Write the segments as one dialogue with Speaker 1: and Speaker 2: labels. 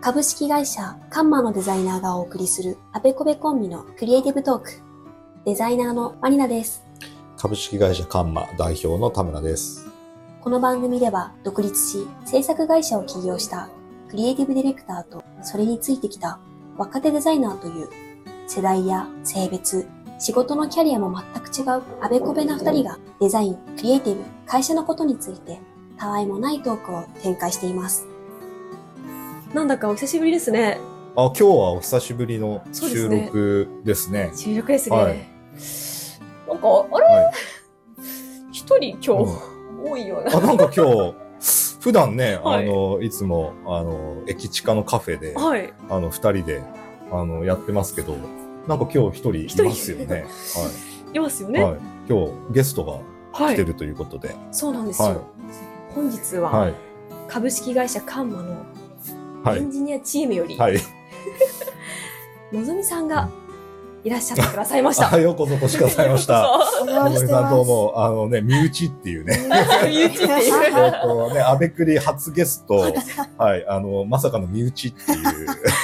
Speaker 1: 株式会社カンマのデザイナーがお送りするあべこべコンビのクリエイティブトーク。デザイナーのマリナです。
Speaker 2: 株式会社カンマ代表の田村です。
Speaker 1: この番組では独立し制作会社を起業したクリエイティブディレクターとそれについてきた若手デザイナーという世代や性別、仕事のキャリアも全く違うあべこべな二人がデザイン、クリエイティブ、会社のことについてたわいもないトークを展開しています。
Speaker 3: なんだかお久しぶりですね。
Speaker 2: あ、今日はお久しぶりの
Speaker 3: そうで
Speaker 2: 収
Speaker 3: すね
Speaker 2: 録ですね。
Speaker 3: 収録ですね。
Speaker 2: はい
Speaker 3: なんか、あれ
Speaker 2: はい
Speaker 3: 一人今
Speaker 2: う
Speaker 3: 日、
Speaker 2: ん
Speaker 3: 多いような。
Speaker 2: あ、なんか今日、普段ね、
Speaker 3: はい
Speaker 2: あの、いつも、あの、駅地下のカフェで、
Speaker 3: はい。
Speaker 2: あの、二人で、あの、やってますけど、なんか今日一人いますよね。
Speaker 3: いますよ
Speaker 2: はい。
Speaker 3: ね。
Speaker 2: はい。今日、ゲストが
Speaker 3: は
Speaker 2: 来て
Speaker 3: い。
Speaker 2: るということで。
Speaker 3: そうなんです
Speaker 2: はい
Speaker 3: よ。本日
Speaker 2: は
Speaker 3: は、
Speaker 2: い。
Speaker 3: 株式会社カンマの
Speaker 2: は
Speaker 3: エン
Speaker 2: い。
Speaker 3: ジニアチームより、
Speaker 2: はい。
Speaker 3: のぞみさんがいらっしゃってくださいました。
Speaker 2: あ、ようこそお越しくださいました。。
Speaker 1: お
Speaker 2: のぞみさんどうも、あのね、身内っていうね。
Speaker 3: 身内ってい
Speaker 2: えっ
Speaker 3: う。
Speaker 2: とね、アベクリ初ゲス ト、はい、あの、まさかの身内って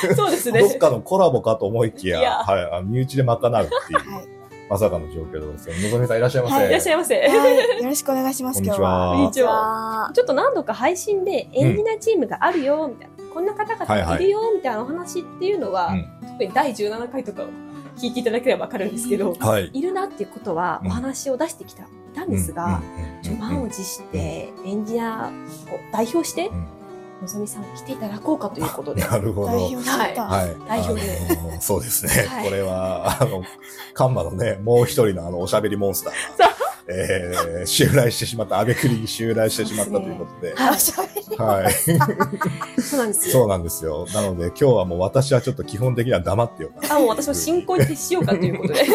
Speaker 2: いう、
Speaker 3: そうです
Speaker 2: どっ
Speaker 3: ね。
Speaker 2: かのコラボかと思いき
Speaker 3: いや
Speaker 2: や、はい、あの身内で賄うっていう、
Speaker 4: はい
Speaker 2: まさかの状況ですけど、のぞみさんいらっしゃいませ。
Speaker 4: はい
Speaker 3: らっしゃいませ。
Speaker 4: はい、よろしくお願いします。
Speaker 2: こんにち
Speaker 4: 今日は。
Speaker 3: こん
Speaker 2: は
Speaker 3: に。ちは。ちょっと何度か配信でエンジニアチームがあるよ、みたいな、こんな方々いるよ、みたいなお話っていうのは、
Speaker 2: うん
Speaker 3: 特に第17回とかを聞いていただければわかるんですけど、
Speaker 2: はい。
Speaker 3: いるなっていうことは
Speaker 2: うん
Speaker 3: お話を出してきた、いたんですが、ちょ満を持してエンジニアを代表して、
Speaker 2: うん
Speaker 3: のぞみさん来ていただこうかということで。
Speaker 2: なるほど。
Speaker 4: 代表しちゃった。
Speaker 2: はい。
Speaker 3: 代表で
Speaker 2: あのーそうですね。
Speaker 3: はい
Speaker 2: これは、あの、カンマのね、もう一人のあの、おしゃべりモンスターが、えー、襲来してしまった、アベクリに襲来してしまったというこ とで、
Speaker 3: はい
Speaker 4: お、しゃべり
Speaker 2: はい。
Speaker 3: そうなんですよ。
Speaker 2: そうなんですよ。なので、今日はもう私はちょっと基本的には黙ってようかな
Speaker 3: あ、もう私も進行に徹しようかということで。
Speaker 2: と思っ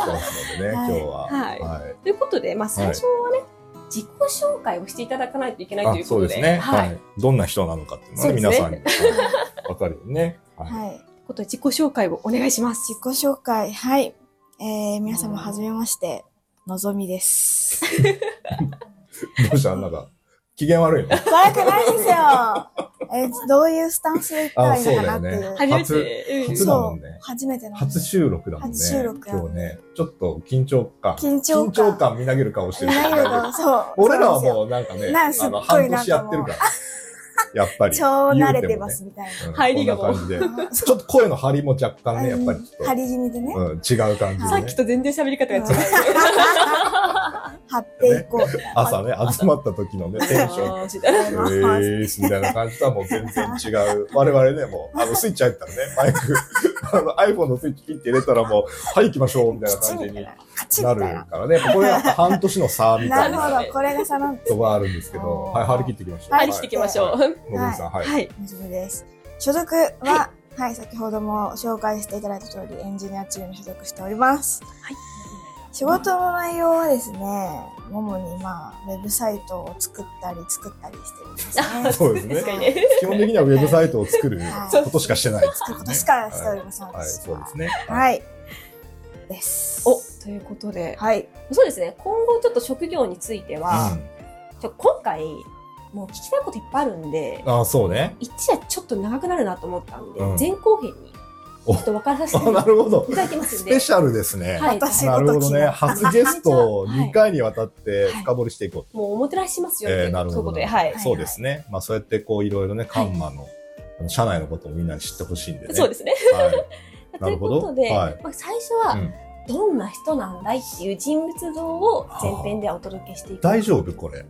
Speaker 2: てますのでね、今
Speaker 4: はい
Speaker 2: 日は。
Speaker 3: はい
Speaker 2: はい
Speaker 3: ということで、まあ最初はね、自己紹介をしていただかないといけないとい
Speaker 2: あ
Speaker 3: う
Speaker 2: そ
Speaker 3: こと
Speaker 2: う
Speaker 3: で。
Speaker 2: ですね。
Speaker 3: は。
Speaker 2: はいい。どんな人なのかっていうのはね
Speaker 3: そう
Speaker 2: 皆
Speaker 3: です
Speaker 2: さん
Speaker 3: ね
Speaker 2: に はいわかるよね。はい。
Speaker 4: はい。
Speaker 3: ということで自己紹介をお願いします。
Speaker 4: 自己紹介。はい。えー、皆様はじめまして。のぞみです。
Speaker 2: どうしたなんか、機嫌悪いの
Speaker 4: 悪くないですよ。えー、どういうスタンスで行ったらいいのかなって
Speaker 2: あそうだ
Speaker 4: い
Speaker 2: よ
Speaker 4: う。
Speaker 2: ね
Speaker 3: 初めて。うん
Speaker 2: 初だもんね
Speaker 4: 初めての。
Speaker 2: 初収録だもんね。
Speaker 4: 初収録
Speaker 2: 今日ね、ちょっと緊張感。
Speaker 4: 緊張感
Speaker 2: 感みなぎる顔してる。
Speaker 4: なるほど、そう。
Speaker 2: 俺らは
Speaker 4: そう
Speaker 2: もうなんかね、
Speaker 4: なんかす
Speaker 2: あ
Speaker 4: っご
Speaker 2: の、
Speaker 4: い
Speaker 2: 半年やってるから。やっぱ
Speaker 4: で
Speaker 2: り。
Speaker 4: すよ超慣れてますみたい
Speaker 2: うん。
Speaker 3: 入りがもう
Speaker 2: こんな感じで。
Speaker 4: な。
Speaker 2: ちょっと声の張りも若干ね、やっぱりちょっ
Speaker 4: 張り気味でね
Speaker 2: と、。うん、違う感じ
Speaker 4: は
Speaker 3: さ
Speaker 2: で
Speaker 3: っ
Speaker 2: ね
Speaker 3: き。と全然喋り方が違う。
Speaker 4: 張っていこう。
Speaker 2: 朝ね、集まった時のね、テンション
Speaker 3: あーみたいな
Speaker 2: えー、みたいな感じとはもう全然違う。我々ね、もう、あの、スイッチ入ったらね、マイク、 あの、iPhone のスイッチピッて入れたらもう、はい、行きましょう、みたいな感じになる
Speaker 4: カチッみたいな。
Speaker 2: からね、これやっぱ半年の差みた
Speaker 4: ないる
Speaker 2: な
Speaker 4: ほど、これがさなん
Speaker 2: ことがあるんですけど、はい、張り切っていきましょう。
Speaker 3: 張り切っていきましょう。
Speaker 2: はい。のぶみさん、はい。
Speaker 3: はい。
Speaker 4: 大丈夫です。所属は、はい、先ほども紹介していただいた通り、エンジニアチームに所属しております。
Speaker 3: はい。
Speaker 4: 仕事の内容はですね、主にまあ、ウェブサイトを作ったり、作ったりしてるんです ね。
Speaker 2: そうですね
Speaker 3: 確。かにね。
Speaker 2: 基本的にはウェブサイトを作る
Speaker 4: はい
Speaker 2: ことしかしてない。
Speaker 4: 作ることしかしておりません、
Speaker 2: はい、
Speaker 4: 私
Speaker 2: そ
Speaker 4: は。
Speaker 2: うですね。い。
Speaker 4: はい。です。
Speaker 3: お、ということで、
Speaker 4: はい。
Speaker 3: そうですね。今後ちょっと職業については、ちょ今回もう聞きたいこといっぱいあるんで、
Speaker 2: うん、あ、そうね。
Speaker 3: 一夜ちょっと長くなるなと思ったんで、
Speaker 2: うん
Speaker 3: 前後編にちょっと分からさせ
Speaker 2: あ、
Speaker 3: てい
Speaker 2: なるほど。
Speaker 3: ただきます
Speaker 2: ス
Speaker 3: んで
Speaker 2: ペ。シャルですね。
Speaker 3: はい。
Speaker 4: 私
Speaker 2: なるほどね。初ゲストを
Speaker 3: はい
Speaker 2: 2回にわたって深掘りしていこう。
Speaker 3: もうおもてなししますよね。
Speaker 2: えーなる
Speaker 3: という
Speaker 2: ほ
Speaker 3: こ
Speaker 2: ど
Speaker 3: とで、はい。
Speaker 4: はい
Speaker 2: そうですね。まあそうやってこういろいろね、カンマの、あの社内のことをみんなに知ってほしいんでね。
Speaker 3: そうですね。
Speaker 2: はい。
Speaker 3: と
Speaker 2: ないる
Speaker 3: う
Speaker 2: ほ
Speaker 3: こ
Speaker 2: ど
Speaker 3: とで、
Speaker 2: はい
Speaker 3: まあ、最初は、
Speaker 2: うん
Speaker 3: どんな人なんだいっていう人物像を前編ではお届けしていく。
Speaker 2: 大丈夫これ。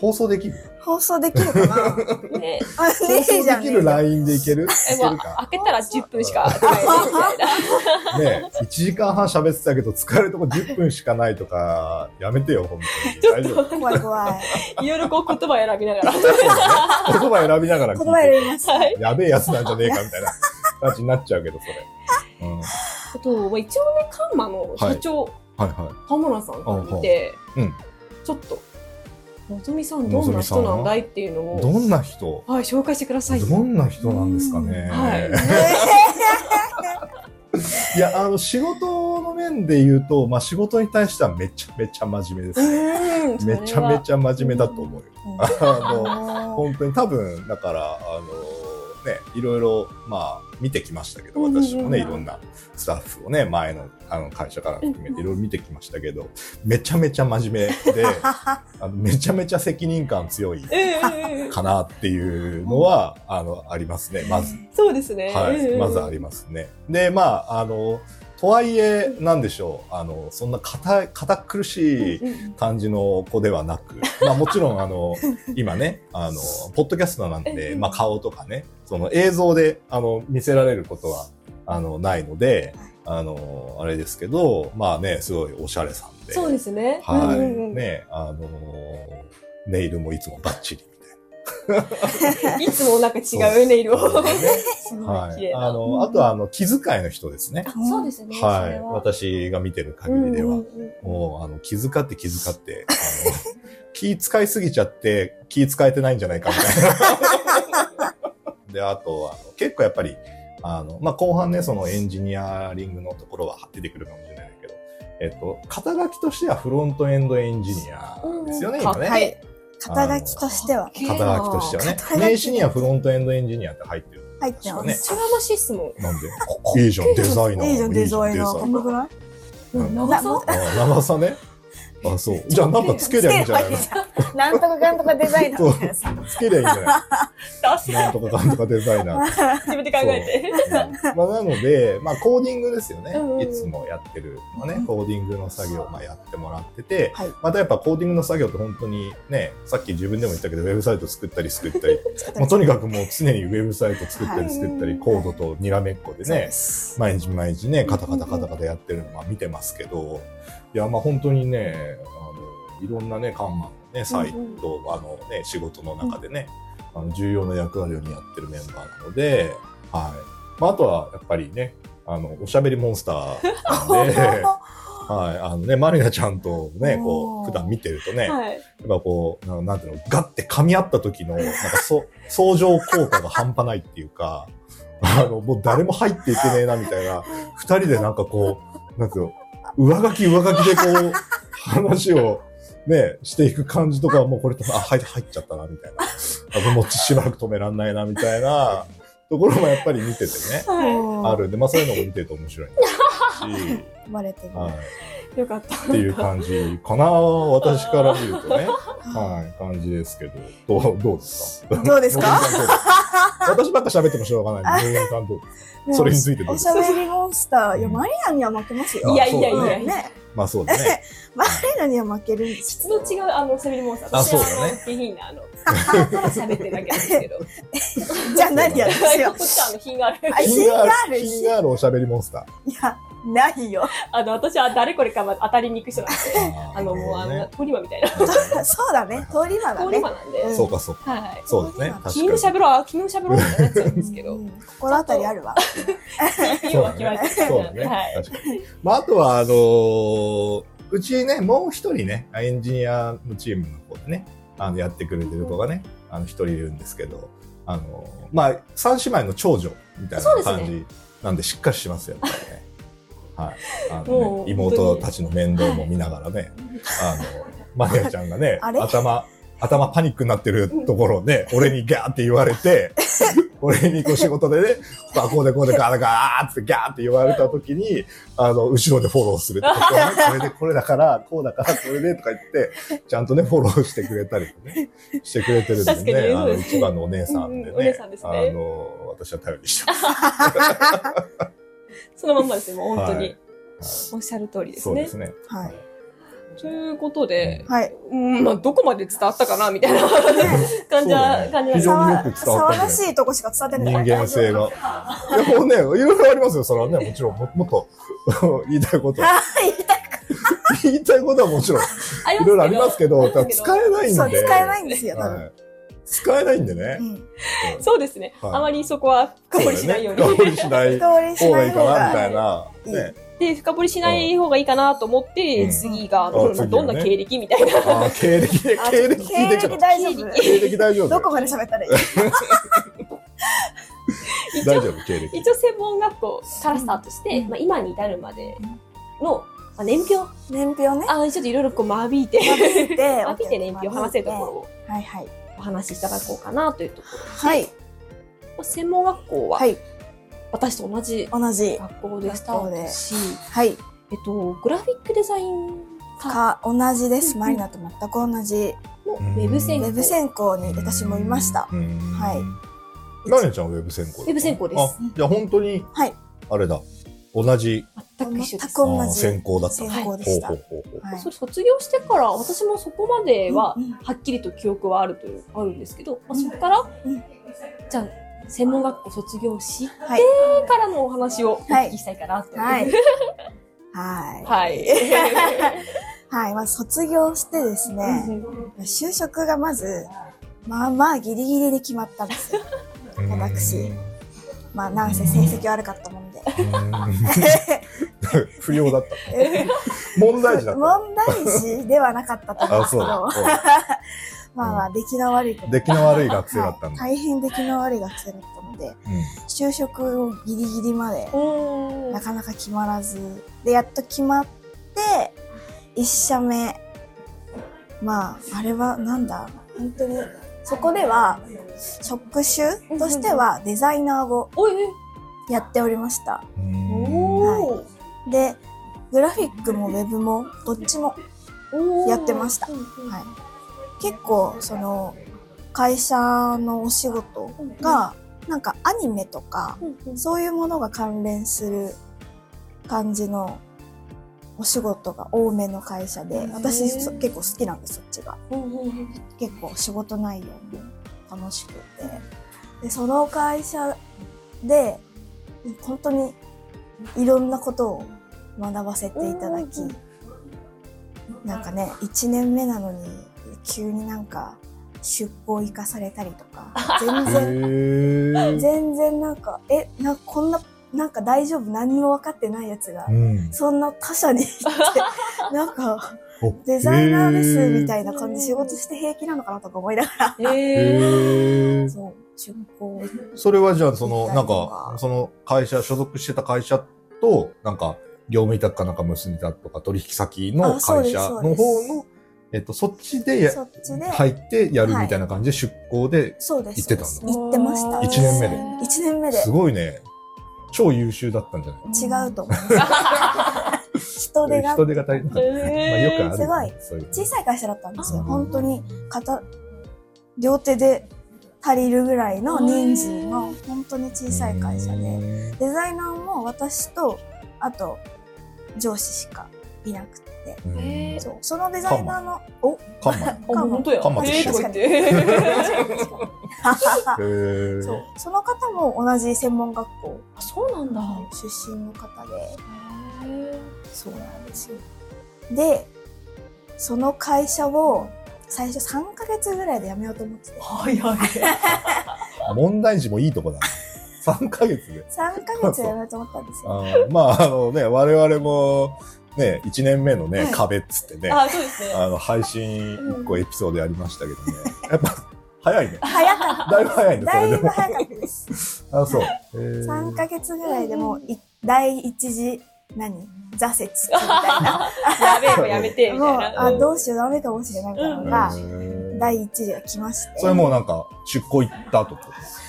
Speaker 2: 放送できる
Speaker 4: 放送できるかな
Speaker 3: ね
Speaker 4: あ、
Speaker 2: 放
Speaker 4: ねえ
Speaker 2: 送
Speaker 4: じゃ
Speaker 2: で
Speaker 4: ん。
Speaker 2: きるラインでいけるい
Speaker 3: え
Speaker 2: け
Speaker 3: ま
Speaker 2: る
Speaker 3: あ
Speaker 2: か。
Speaker 3: 開けたら10分しか開けないみたい
Speaker 2: ね1時間半喋ってたけど、使えるとこ10分しかないとか、やめてよ、本当 に。大丈夫。
Speaker 4: 怖い怖い。
Speaker 3: な。いろいろこう言葉選びながら。
Speaker 2: そうだね言葉選びながら
Speaker 4: 言葉
Speaker 2: 聞いて、
Speaker 4: 選びます。
Speaker 3: はい。
Speaker 2: やべえやつなんじゃねえかみたいな感じになっちゃうけど、それ。うん。はい
Speaker 3: あと、まあ、一応ね、カンマの社長、
Speaker 2: は
Speaker 3: 田村さんがいて、
Speaker 2: うんうん
Speaker 3: ちょっと、のぞみさんどんな人なんだいっていうの
Speaker 2: い。
Speaker 3: を、
Speaker 2: どんな人
Speaker 3: はい、紹介してください。
Speaker 2: どんな人なんですかね。
Speaker 3: はい。
Speaker 2: いや、あの、仕事の面で言うと、まあ、仕事に対してはめちゃめちゃ真面目です。
Speaker 3: うん
Speaker 2: めちゃめ
Speaker 3: ゃ。
Speaker 2: ちゃ真面目だと思うよ。
Speaker 4: うん
Speaker 2: あの、
Speaker 4: もう
Speaker 2: 本当に多分、だから、あの、ね、いろいろ、まあ、見てきましたけど、
Speaker 5: うんうんうん
Speaker 2: 私もね、いろんなスタッフをね、前のあの会社から含めていろいろ見てきましたけど、めちゃめちゃ真面目で、あのめちゃめちゃ責任感強い
Speaker 5: うんうんうん
Speaker 2: かなっていうのは、あの、ありますね、まず。
Speaker 5: そうですね。
Speaker 2: は
Speaker 5: うんう
Speaker 2: い、
Speaker 5: ん
Speaker 2: まずありますね。で、まあ、あの、とはいえ、なんでしょう、あの、そんな堅い堅苦しい
Speaker 5: うんうん
Speaker 2: 感じの子ではなく、まあもちろんあの、今ね、あの、ポッドキャストなん
Speaker 5: うん
Speaker 2: で
Speaker 5: う、ん
Speaker 2: まあ顔とかね、その映像で、あの、見せられることは、あの、ないので、あの、あれですけど、まあね、すごいおしゃれさんで、
Speaker 5: そうですね。
Speaker 2: はい、
Speaker 5: うんうんうん
Speaker 2: ね、あの、ネイルもいつもバッチリ
Speaker 5: いつもなんか違うネイル
Speaker 2: みたいな。
Speaker 4: す
Speaker 5: を。
Speaker 4: ごい
Speaker 2: は
Speaker 5: 綺
Speaker 2: い。
Speaker 5: 麗な
Speaker 2: あ
Speaker 4: うん
Speaker 2: の、あとはあの、気遣いの人ですね。
Speaker 4: あそうです
Speaker 5: ね
Speaker 2: はい。私が見てる限りでは。もう、あの、気遣って気遣って、あの、 気遣いすぎちゃって、気遣えてないんじゃないかみたい な。で、あとは、結構やっぱり、あの、まあ、後半ね、そのエンジニアリングのところは出てくるかもしれないけど、えっと、肩書きとしてはフロントエンドエンジニアですよね、
Speaker 5: うん
Speaker 2: 今ね。
Speaker 4: はい。肩書きとしては
Speaker 2: 肩書きとしてはね
Speaker 4: 肩書。き
Speaker 2: 名刺にはフロントエンドエンジニアって入ってる。
Speaker 4: 入ってま
Speaker 2: ね
Speaker 4: す。
Speaker 5: それはましいっすもん。
Speaker 2: なんで、いいじゃん、デザイナー。
Speaker 4: いいじゃん、デザイナー。
Speaker 2: デ
Speaker 4: このぐらい
Speaker 2: うん
Speaker 5: 長そう。
Speaker 2: あ長さ ね。あ、そう。じゃあなんかつけりゃいいんじゃないの
Speaker 4: つけれ ばいいじゃんなんとかかんとかデザイナーみたいなさ。
Speaker 2: つけりゃいいんじゃない
Speaker 5: 出して
Speaker 2: なんとかなんとかデザ イナー。
Speaker 5: 自分で考えて。
Speaker 2: まあ、なので、まあ、コーディングですよね
Speaker 5: うんうん。
Speaker 2: いつもやってるのはね、コーディングの作業をまあやってもらってて、
Speaker 4: はい
Speaker 2: またやっぱコーディングの作業って本当にね、さっき自分でも言ったけど、ウェブサイト作ったり作っ たり、もうとにかくもう常にウェブサイト作ったり作った
Speaker 5: は
Speaker 2: り、
Speaker 5: い
Speaker 2: コードとにらめっこで
Speaker 4: そうで
Speaker 2: ね、
Speaker 4: す
Speaker 2: 毎日毎日ね、カタカタカタカタやってるのは見てますけど、いや、まあ本当にね、あの、いろんなね、看板のね、サイト、あのね、仕事の中でね、あの重要な役割を担ってるメンバーなので、はい。まああとはやっぱりね、あの、おしゃべりモンスターなん で、はい。あのね、マリナちゃんとね、こ
Speaker 4: おー
Speaker 2: う、普段見てるとね、やっ
Speaker 5: はい。
Speaker 2: ぱこう、ななんていうの、ガッて噛み合った時の、なんかそ、相乗効果が半端ないっていうか、あの、もう誰も入っていけねえな、みたいな、二人でなんかこう、なんていうの、上書き上書きでこう、話を、ね、していく感じとかはもうこれとあ、入っ入っちゃったな、みたいな。あ、もうしばらく止めらんないな、みたいな、ところもやっぱり見ててね、
Speaker 5: は
Speaker 2: あ
Speaker 4: あ
Speaker 2: るんで、まあそういうのも見てると面白いなし、
Speaker 4: 生まれてる。
Speaker 2: はい。
Speaker 5: い。よかった。
Speaker 2: っていう感じかな、私から見るとね。はい、感じですけど、どうどうですか
Speaker 4: どうですか
Speaker 2: 森さんどうですか私ばっか喋ってもしょうがないんで、森さんどうですかそれについてどう
Speaker 4: お
Speaker 2: で
Speaker 4: し
Speaker 2: すか
Speaker 4: ゃべりモンスター、いや、マリナには負けますよ。
Speaker 5: いやいやい
Speaker 4: うん
Speaker 5: やいや。
Speaker 4: ね、
Speaker 2: まあそうだね。
Speaker 4: マリナには負けるんです
Speaker 5: 質の違うあのおしゃべりモンスター。
Speaker 2: あそうだね
Speaker 5: 私はあの下品なあの。ただ喋ってるだけなんですけど。こ
Speaker 4: じゃあ何やるんですよ
Speaker 5: っ。ちはあの品がある。
Speaker 4: あ
Speaker 2: 品がある、
Speaker 4: 品がある
Speaker 2: 品があるおしゃべりモンスター。
Speaker 4: いや、ないよ。
Speaker 5: あの私は誰これかま当たりに行く人なんで。
Speaker 2: あ
Speaker 5: あのもうあ の
Speaker 2: ね。
Speaker 5: 通り魔みたいな。
Speaker 4: そうだね、通り魔だ
Speaker 5: 通り
Speaker 4: ね。
Speaker 5: 魔なんで。
Speaker 4: うん
Speaker 2: そうかそうか。
Speaker 5: はい。
Speaker 2: そうですね。確かに。
Speaker 5: 君も喋ろう、君も喋ろうってなっちゃうんですけ
Speaker 4: う
Speaker 5: ど。
Speaker 4: ん心当たりあるわ。
Speaker 5: TPO は決まって
Speaker 2: そう
Speaker 5: る
Speaker 2: だ
Speaker 5: んで。
Speaker 2: ね
Speaker 5: はい。。
Speaker 2: 確かに。まああとは、あのー、うちね、もう一人ね、エンジニアのチームの方でね、あの、やってくれてる子がね、あの、一人いるんですけど、あのー、まあ、三姉妹の長女みたい
Speaker 5: そうで
Speaker 2: な
Speaker 5: すね
Speaker 2: 感じなんで、しっかりしますよ、やっぱりね。 はい。あ
Speaker 5: も
Speaker 2: のね、
Speaker 5: う
Speaker 2: 妹たちの面倒も見ながらね、あの、マリアちゃんが ね、
Speaker 4: あれ
Speaker 2: 頭、頭パニックになってるところをね、俺にギャーって言われ て、俺にこう仕事でね、まあ、こうでこうでガーガーってギャーって言われた時に、あの、後ろでフォローするって。ここはねこれでこれだから、こうだから、これでとか言って、ちゃんとね、フォローしてくれたりとね、してくれてるんで
Speaker 5: 確かに
Speaker 2: ね、あ
Speaker 5: そ
Speaker 2: の、
Speaker 5: うですね
Speaker 2: 一番のお姉さんで
Speaker 5: うんお姉
Speaker 2: ね
Speaker 5: さんで、す
Speaker 2: あ
Speaker 5: ね
Speaker 2: の、私は頼りにしてます。
Speaker 5: そのまんまですよ、もう本当
Speaker 2: は
Speaker 5: に
Speaker 2: い。はい
Speaker 5: おっしゃる通りです
Speaker 2: そうで
Speaker 5: ね
Speaker 2: す。ね。
Speaker 4: はい。
Speaker 5: ということで、
Speaker 4: はい。
Speaker 5: うん、まあ、どこまで伝わったかな、みたいな感じは、
Speaker 2: そうだね
Speaker 5: 感じ
Speaker 2: 非常によ
Speaker 5: は
Speaker 2: く伝わった
Speaker 4: 騒
Speaker 2: ね
Speaker 4: 騒がしいとこしか伝わって
Speaker 2: 人
Speaker 4: ない。
Speaker 2: 間性が。いや、もうね、いろいろありますよ、それはね、もちろん、も もっと言いたいこと。
Speaker 4: はい。
Speaker 2: 言いたいことはもちろん、い
Speaker 5: あ
Speaker 2: ろいろありますけど、ただ使えないんで。
Speaker 4: そう、使えないんですよ、多
Speaker 2: は
Speaker 4: 分。
Speaker 2: い使えないんでね
Speaker 4: う。ん
Speaker 5: そうですね。
Speaker 2: はい
Speaker 5: あまりそこは 深掘りしないように。
Speaker 2: 深掘りしない方
Speaker 4: 通り
Speaker 2: が
Speaker 4: しないい
Speaker 2: いか
Speaker 4: 方
Speaker 2: な、み
Speaker 4: が。
Speaker 2: たいな。
Speaker 4: いい
Speaker 2: ね。
Speaker 5: で、深掘りしない方がいいかなと思って、
Speaker 2: うん
Speaker 5: 次が、あ
Speaker 2: あ
Speaker 5: の
Speaker 2: 次ね
Speaker 5: どんな経歴みたいな。
Speaker 2: あー、経歴、経
Speaker 4: あ
Speaker 2: 歴聞いて
Speaker 4: 経
Speaker 2: くる
Speaker 4: 歴。大丈夫
Speaker 2: 経歴大丈夫。
Speaker 4: どこまで喋ったらいい
Speaker 2: 大丈夫、経歴。
Speaker 5: 一応、専門学校からスタートして、
Speaker 4: うん
Speaker 5: まあ、今に至るまでの、まあ、年表、
Speaker 4: 年表 ね。
Speaker 5: あのちょっといろいろこう、間引いて、
Speaker 4: で
Speaker 5: 間引いて年表を話せるところを
Speaker 4: はいはい。
Speaker 5: お話しいただこうかなというところ。
Speaker 4: はい。
Speaker 5: 専門学校は
Speaker 4: はい、
Speaker 5: 私と同じ
Speaker 4: 同じ。
Speaker 5: 学校でスタートし、
Speaker 4: はい。
Speaker 5: えっと、グラフィックデザイン科
Speaker 4: か、同じで
Speaker 5: う
Speaker 4: す。
Speaker 5: ん
Speaker 4: マリナと全く同じ。
Speaker 5: のウェブ
Speaker 4: ウ
Speaker 5: 専攻
Speaker 4: ェブ専攻に私もいました。はい
Speaker 2: い。ラネちゃんはウェブ専攻だった
Speaker 5: ウェブ専攻です
Speaker 2: あ、じゃあ本当に、
Speaker 4: はい
Speaker 2: あれだ。同じ
Speaker 5: 全く一
Speaker 4: 全
Speaker 5: 緒で
Speaker 2: あ
Speaker 4: く
Speaker 5: す。
Speaker 4: 同
Speaker 2: ー
Speaker 4: じ。
Speaker 2: 専攻だったの
Speaker 4: 専攻でした。
Speaker 2: ほ
Speaker 4: は
Speaker 2: うほうほうほ
Speaker 4: い
Speaker 5: それ卒業してから私もそこまでは
Speaker 4: うんうん
Speaker 5: はっきりと記憶はあるというあるんですけど、まあ、そこから、
Speaker 4: うん
Speaker 5: じゃあ専門学校卒業して
Speaker 4: はい。
Speaker 5: からのお話をお聞きしたいかなと、
Speaker 4: はい。はい。
Speaker 5: はい。
Speaker 4: はい。まあ、卒業してですね、就職がまず、まあまあギリギリで決まったん ですよ。
Speaker 2: う
Speaker 4: 私
Speaker 2: う
Speaker 4: まあ、なんせ成績悪かったもん で。
Speaker 2: ーん 不良だった。問題児だった。
Speaker 4: 問題児ではなかったと思うん
Speaker 2: あ、
Speaker 4: です け
Speaker 2: そう
Speaker 4: ど、
Speaker 2: だ。
Speaker 4: まあまあ、出来の悪いこ
Speaker 2: う
Speaker 4: と
Speaker 2: ん出来の悪い学生だった
Speaker 4: はい
Speaker 2: んだ。
Speaker 4: 大変出来の悪い学生だったので、就職をギリギリまで、
Speaker 5: お
Speaker 4: な
Speaker 5: ー
Speaker 4: かなか決まらず、で、やっと決まって、一社目、まあ、あれはなんだ、本当に、そこでは、職種としてはデザイナーを
Speaker 5: おい、
Speaker 4: やっておりました。
Speaker 2: うん
Speaker 5: おー
Speaker 4: で、グラフィックもウェブもどっちも
Speaker 5: おー
Speaker 4: やってました
Speaker 5: うんうん
Speaker 4: はい、結構その会社のお仕事がなんかアニメとか
Speaker 5: うんうん
Speaker 4: そういうものが関連する感じのお仕事が多めの会社で私そ結構好きなんですそっちが
Speaker 5: うんうんうん
Speaker 4: 結構仕事内容も楽しくてでその会社で本当にいろんなことを学ばせていただき
Speaker 5: うん
Speaker 4: なんかね1年目なのに急になんか出向行かされたりと か全然
Speaker 2: へえ。
Speaker 4: 全然なんかえなこんななんか大丈夫何にも分かってないやつが
Speaker 2: うん
Speaker 4: そんな他社に行ってなんか
Speaker 2: お
Speaker 4: デザイナーですみ
Speaker 2: へ
Speaker 4: たいな感じで仕事して平気なのかなとか思いながら。
Speaker 2: え
Speaker 5: え
Speaker 2: へえ
Speaker 4: そう、出向
Speaker 2: それはじゃあ、その、
Speaker 4: みたい
Speaker 2: な
Speaker 4: なん
Speaker 2: か、その会社、所属してた会社と、なんか、業務委託かなんか結んだとか、取引先の
Speaker 4: あそうで
Speaker 2: 会
Speaker 4: す
Speaker 2: 社
Speaker 4: そう
Speaker 2: の
Speaker 4: です
Speaker 2: 方の、えっと、そっちでや
Speaker 4: そっちで
Speaker 2: 入ってやるみたいな感じで出向で、
Speaker 4: そうです。
Speaker 2: 行ってたんだ
Speaker 4: そうです行ってました。
Speaker 2: 一年目で
Speaker 4: 一年目で。
Speaker 2: すごいね、超優秀だったんじゃない
Speaker 4: 違うと 思います。人手が
Speaker 2: 人手が足りなかった。まあ、よくあるよね。すごい。
Speaker 4: 小さい会社だったんですよ。
Speaker 2: うん
Speaker 4: 本当に片両手で足りるぐらいの人数の本当に小さい会社で、
Speaker 2: で。
Speaker 4: デザイナーも私とあと上司しかいなくて、
Speaker 2: うん
Speaker 4: そうそのデザイナーのお
Speaker 2: カ ンマン。
Speaker 5: あ、本当や。
Speaker 2: カンマと
Speaker 5: え
Speaker 2: 一
Speaker 5: ー
Speaker 2: 緒
Speaker 5: とか言って。
Speaker 2: へー
Speaker 4: そうその方も同じ専門学校
Speaker 5: あそうなんだ。
Speaker 4: 出身の方で。
Speaker 5: へ
Speaker 4: そうなんですよ。で、その会社を最初3ヶ月ぐらいで辞めようと思ってて。
Speaker 5: 早い。
Speaker 2: 問題児もいいとこだね。3ヶ月で。
Speaker 4: 3ヶ月で辞めようと思ったんですよ。
Speaker 2: あーまあ、あのね、我々も、ね、1年目のね、
Speaker 5: はい
Speaker 2: 壁っつってね、あ
Speaker 5: あ、そうですね。
Speaker 2: の、配信1個エピソードやりましたけどね、やっぱ、早いね。
Speaker 4: 早かっ
Speaker 2: だいぶ早い
Speaker 4: た。
Speaker 2: ね、そ
Speaker 4: だ
Speaker 2: れ
Speaker 4: い
Speaker 2: で
Speaker 4: ぶ
Speaker 2: も。
Speaker 4: 早かったです。
Speaker 2: あ、そう。え
Speaker 4: 3
Speaker 2: ー、
Speaker 4: ヶ月ぐらいでもうい、第一次、何挫折みたい
Speaker 5: やべえ、もうやめて、
Speaker 4: な。
Speaker 5: み
Speaker 4: もう、
Speaker 5: たいな。
Speaker 4: あ、どうしようダメかもしれないみたいなのが
Speaker 2: え、ー
Speaker 4: 第一次が来まして。
Speaker 2: それもうなんか、出向行った後と。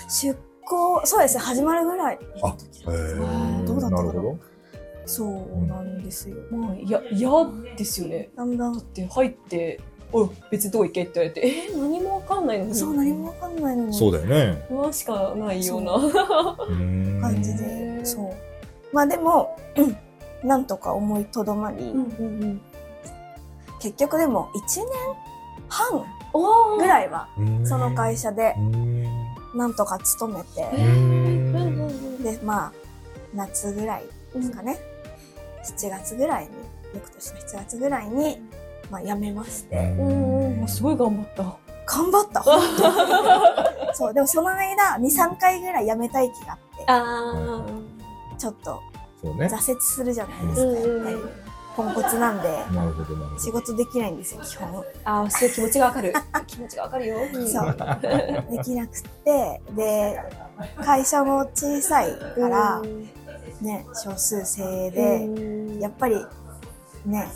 Speaker 4: 出向、そうですね、始まるぐらい。
Speaker 2: あ、え
Speaker 4: どうだ
Speaker 2: ー、
Speaker 4: ったかな
Speaker 2: なるほど。
Speaker 4: そうなんですよ。
Speaker 5: まあ、いや、嫌ですよね。
Speaker 4: だんだん
Speaker 5: だって入って、おい別にどこ行けって言われて、えー、何もわかんないのに。
Speaker 4: そう、何もわかんないのに。
Speaker 2: そうだよね。
Speaker 5: 不安しかないような。
Speaker 2: うーん
Speaker 4: 感じ
Speaker 5: へー
Speaker 4: で、そう。まあでも、うんなんとか思いとどまり、
Speaker 5: うん うん。
Speaker 4: 結局でも1年半
Speaker 5: おー
Speaker 4: ぐらいは、
Speaker 2: うーん
Speaker 4: その会社で
Speaker 2: うーん
Speaker 4: なんとか勤めて、
Speaker 5: え
Speaker 2: う
Speaker 5: ー
Speaker 2: ん
Speaker 5: うんうん
Speaker 4: で、まあ、夏ぐらい
Speaker 5: うん
Speaker 4: ですかね、7月ぐらいに、翌年の7月ぐらいに、まあ辞めまして、
Speaker 5: うんうん、もうすごい頑張った。
Speaker 4: 頑張った、本当に そう、でもその間、2、3回ぐらい辞めたい気があって、
Speaker 5: あ
Speaker 4: ちょっと
Speaker 2: そうね。
Speaker 4: 挫折するじゃないで
Speaker 5: う
Speaker 4: す
Speaker 5: ん
Speaker 4: か、やっ
Speaker 5: う
Speaker 4: ぱ
Speaker 5: んう
Speaker 4: り
Speaker 5: ん。
Speaker 4: ポンコツなんで、
Speaker 2: なるほど、なるほど。
Speaker 4: 仕事できないんですよ、基本。
Speaker 5: ああ、そういう気持ちがわか る。気持ちがわかるよ。うん
Speaker 4: そう。できなくて、で、会社も小さいから、ね、少数制で、
Speaker 5: うん
Speaker 4: やっぱり、ね、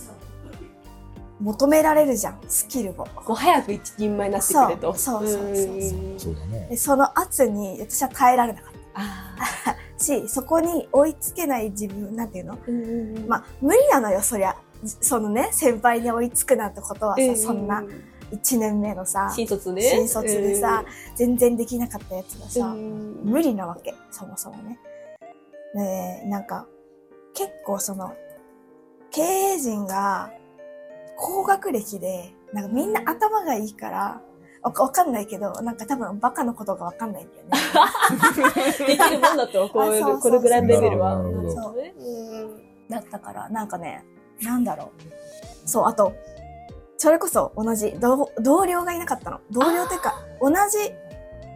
Speaker 4: 求められるじゃんスキルを
Speaker 5: こう早く一人前になってくれと。
Speaker 4: そうそうそうそうそ
Speaker 5: ん
Speaker 2: そうだね
Speaker 4: で。その圧に私は耐えられなかっ
Speaker 5: あ
Speaker 4: たしそこに追いつけない自分なんていうの
Speaker 5: ーうんうんうん
Speaker 4: まあ無理なのよそりゃそのね先輩に追いつくなんてことはさ、
Speaker 5: うんうん
Speaker 4: そんな1年目のさ
Speaker 5: 新卒ね。
Speaker 4: 新卒でさ、全然できなかったやつが
Speaker 5: うん、
Speaker 4: さ、
Speaker 5: うん
Speaker 4: 無理なわけそもそもね。でなんか結構その経営陣が高学歴でなんかみんな頭がいいからわかわかんないけどなんか多分バカのことがわかんないんだよね。
Speaker 5: できるもんだと、こうい
Speaker 4: あそうそう
Speaker 5: う、
Speaker 4: そ
Speaker 5: こ
Speaker 4: う
Speaker 5: れぐらいのレベルは。
Speaker 2: なるほど
Speaker 4: なるほど
Speaker 5: ねう ん
Speaker 4: だったからなんかねなんだろうそうあとそれこそ同じ同同僚がいなかったの同僚っていうか同じ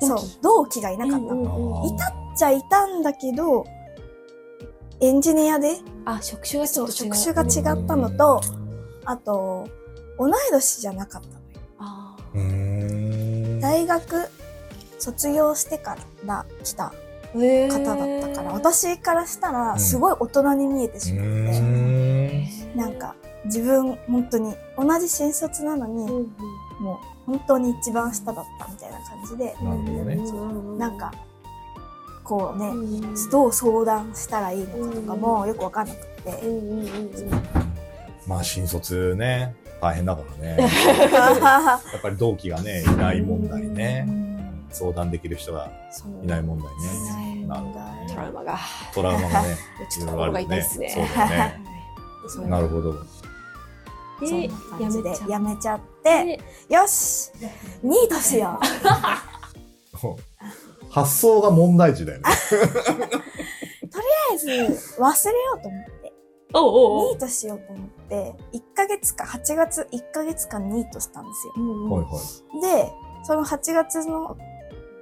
Speaker 4: そう同期がいなかったの。
Speaker 5: うんうん
Speaker 4: いたじゃいたんだけどエンジニアで
Speaker 5: あ、職種がち
Speaker 4: そ
Speaker 5: ょ
Speaker 4: う
Speaker 5: っと違
Speaker 4: 職
Speaker 5: う
Speaker 4: 種が違ったのとあと同い年じゃなかったのよ
Speaker 5: あ
Speaker 2: うーん。
Speaker 4: 大学卒業してから来た
Speaker 5: ーへー
Speaker 4: 方だったから、私からした
Speaker 2: う
Speaker 4: ら
Speaker 2: ん
Speaker 4: すごい大人に見えてしまっ
Speaker 2: う
Speaker 4: て、
Speaker 2: ーん
Speaker 4: なんか自分本当に同じ新卒なの
Speaker 5: う
Speaker 4: に、
Speaker 5: ん
Speaker 4: もう本当に一番下だったみたいな感じで、
Speaker 2: なるほどね。
Speaker 5: うん
Speaker 4: なんかこうね、
Speaker 5: うん
Speaker 4: どう相談したらいいのかとかもよくわかんなくて、
Speaker 5: うんうんうんうん
Speaker 2: まあ新卒ね、大変だからね。やっぱり同期がね、いない問題ね。相談できる人がいない問題ね。なるほど
Speaker 5: トラウ
Speaker 2: ね。
Speaker 5: マが。
Speaker 2: トラウマがね、
Speaker 5: ちょっと心が痛いですね。
Speaker 2: そうだね。
Speaker 4: そう
Speaker 2: なるほど。
Speaker 4: そん
Speaker 5: で
Speaker 4: な感じで
Speaker 5: やめちゃって
Speaker 4: やめちゃってよしニートし よ
Speaker 2: 発想が問題児だよね。
Speaker 4: うとりあえず忘れようと思って
Speaker 5: おうおう
Speaker 4: ニートしようと思って1ヶ月か8月1ヶ月間ニートしたんですよ
Speaker 5: おう。
Speaker 2: はい
Speaker 5: は
Speaker 2: はい。
Speaker 4: でその8月の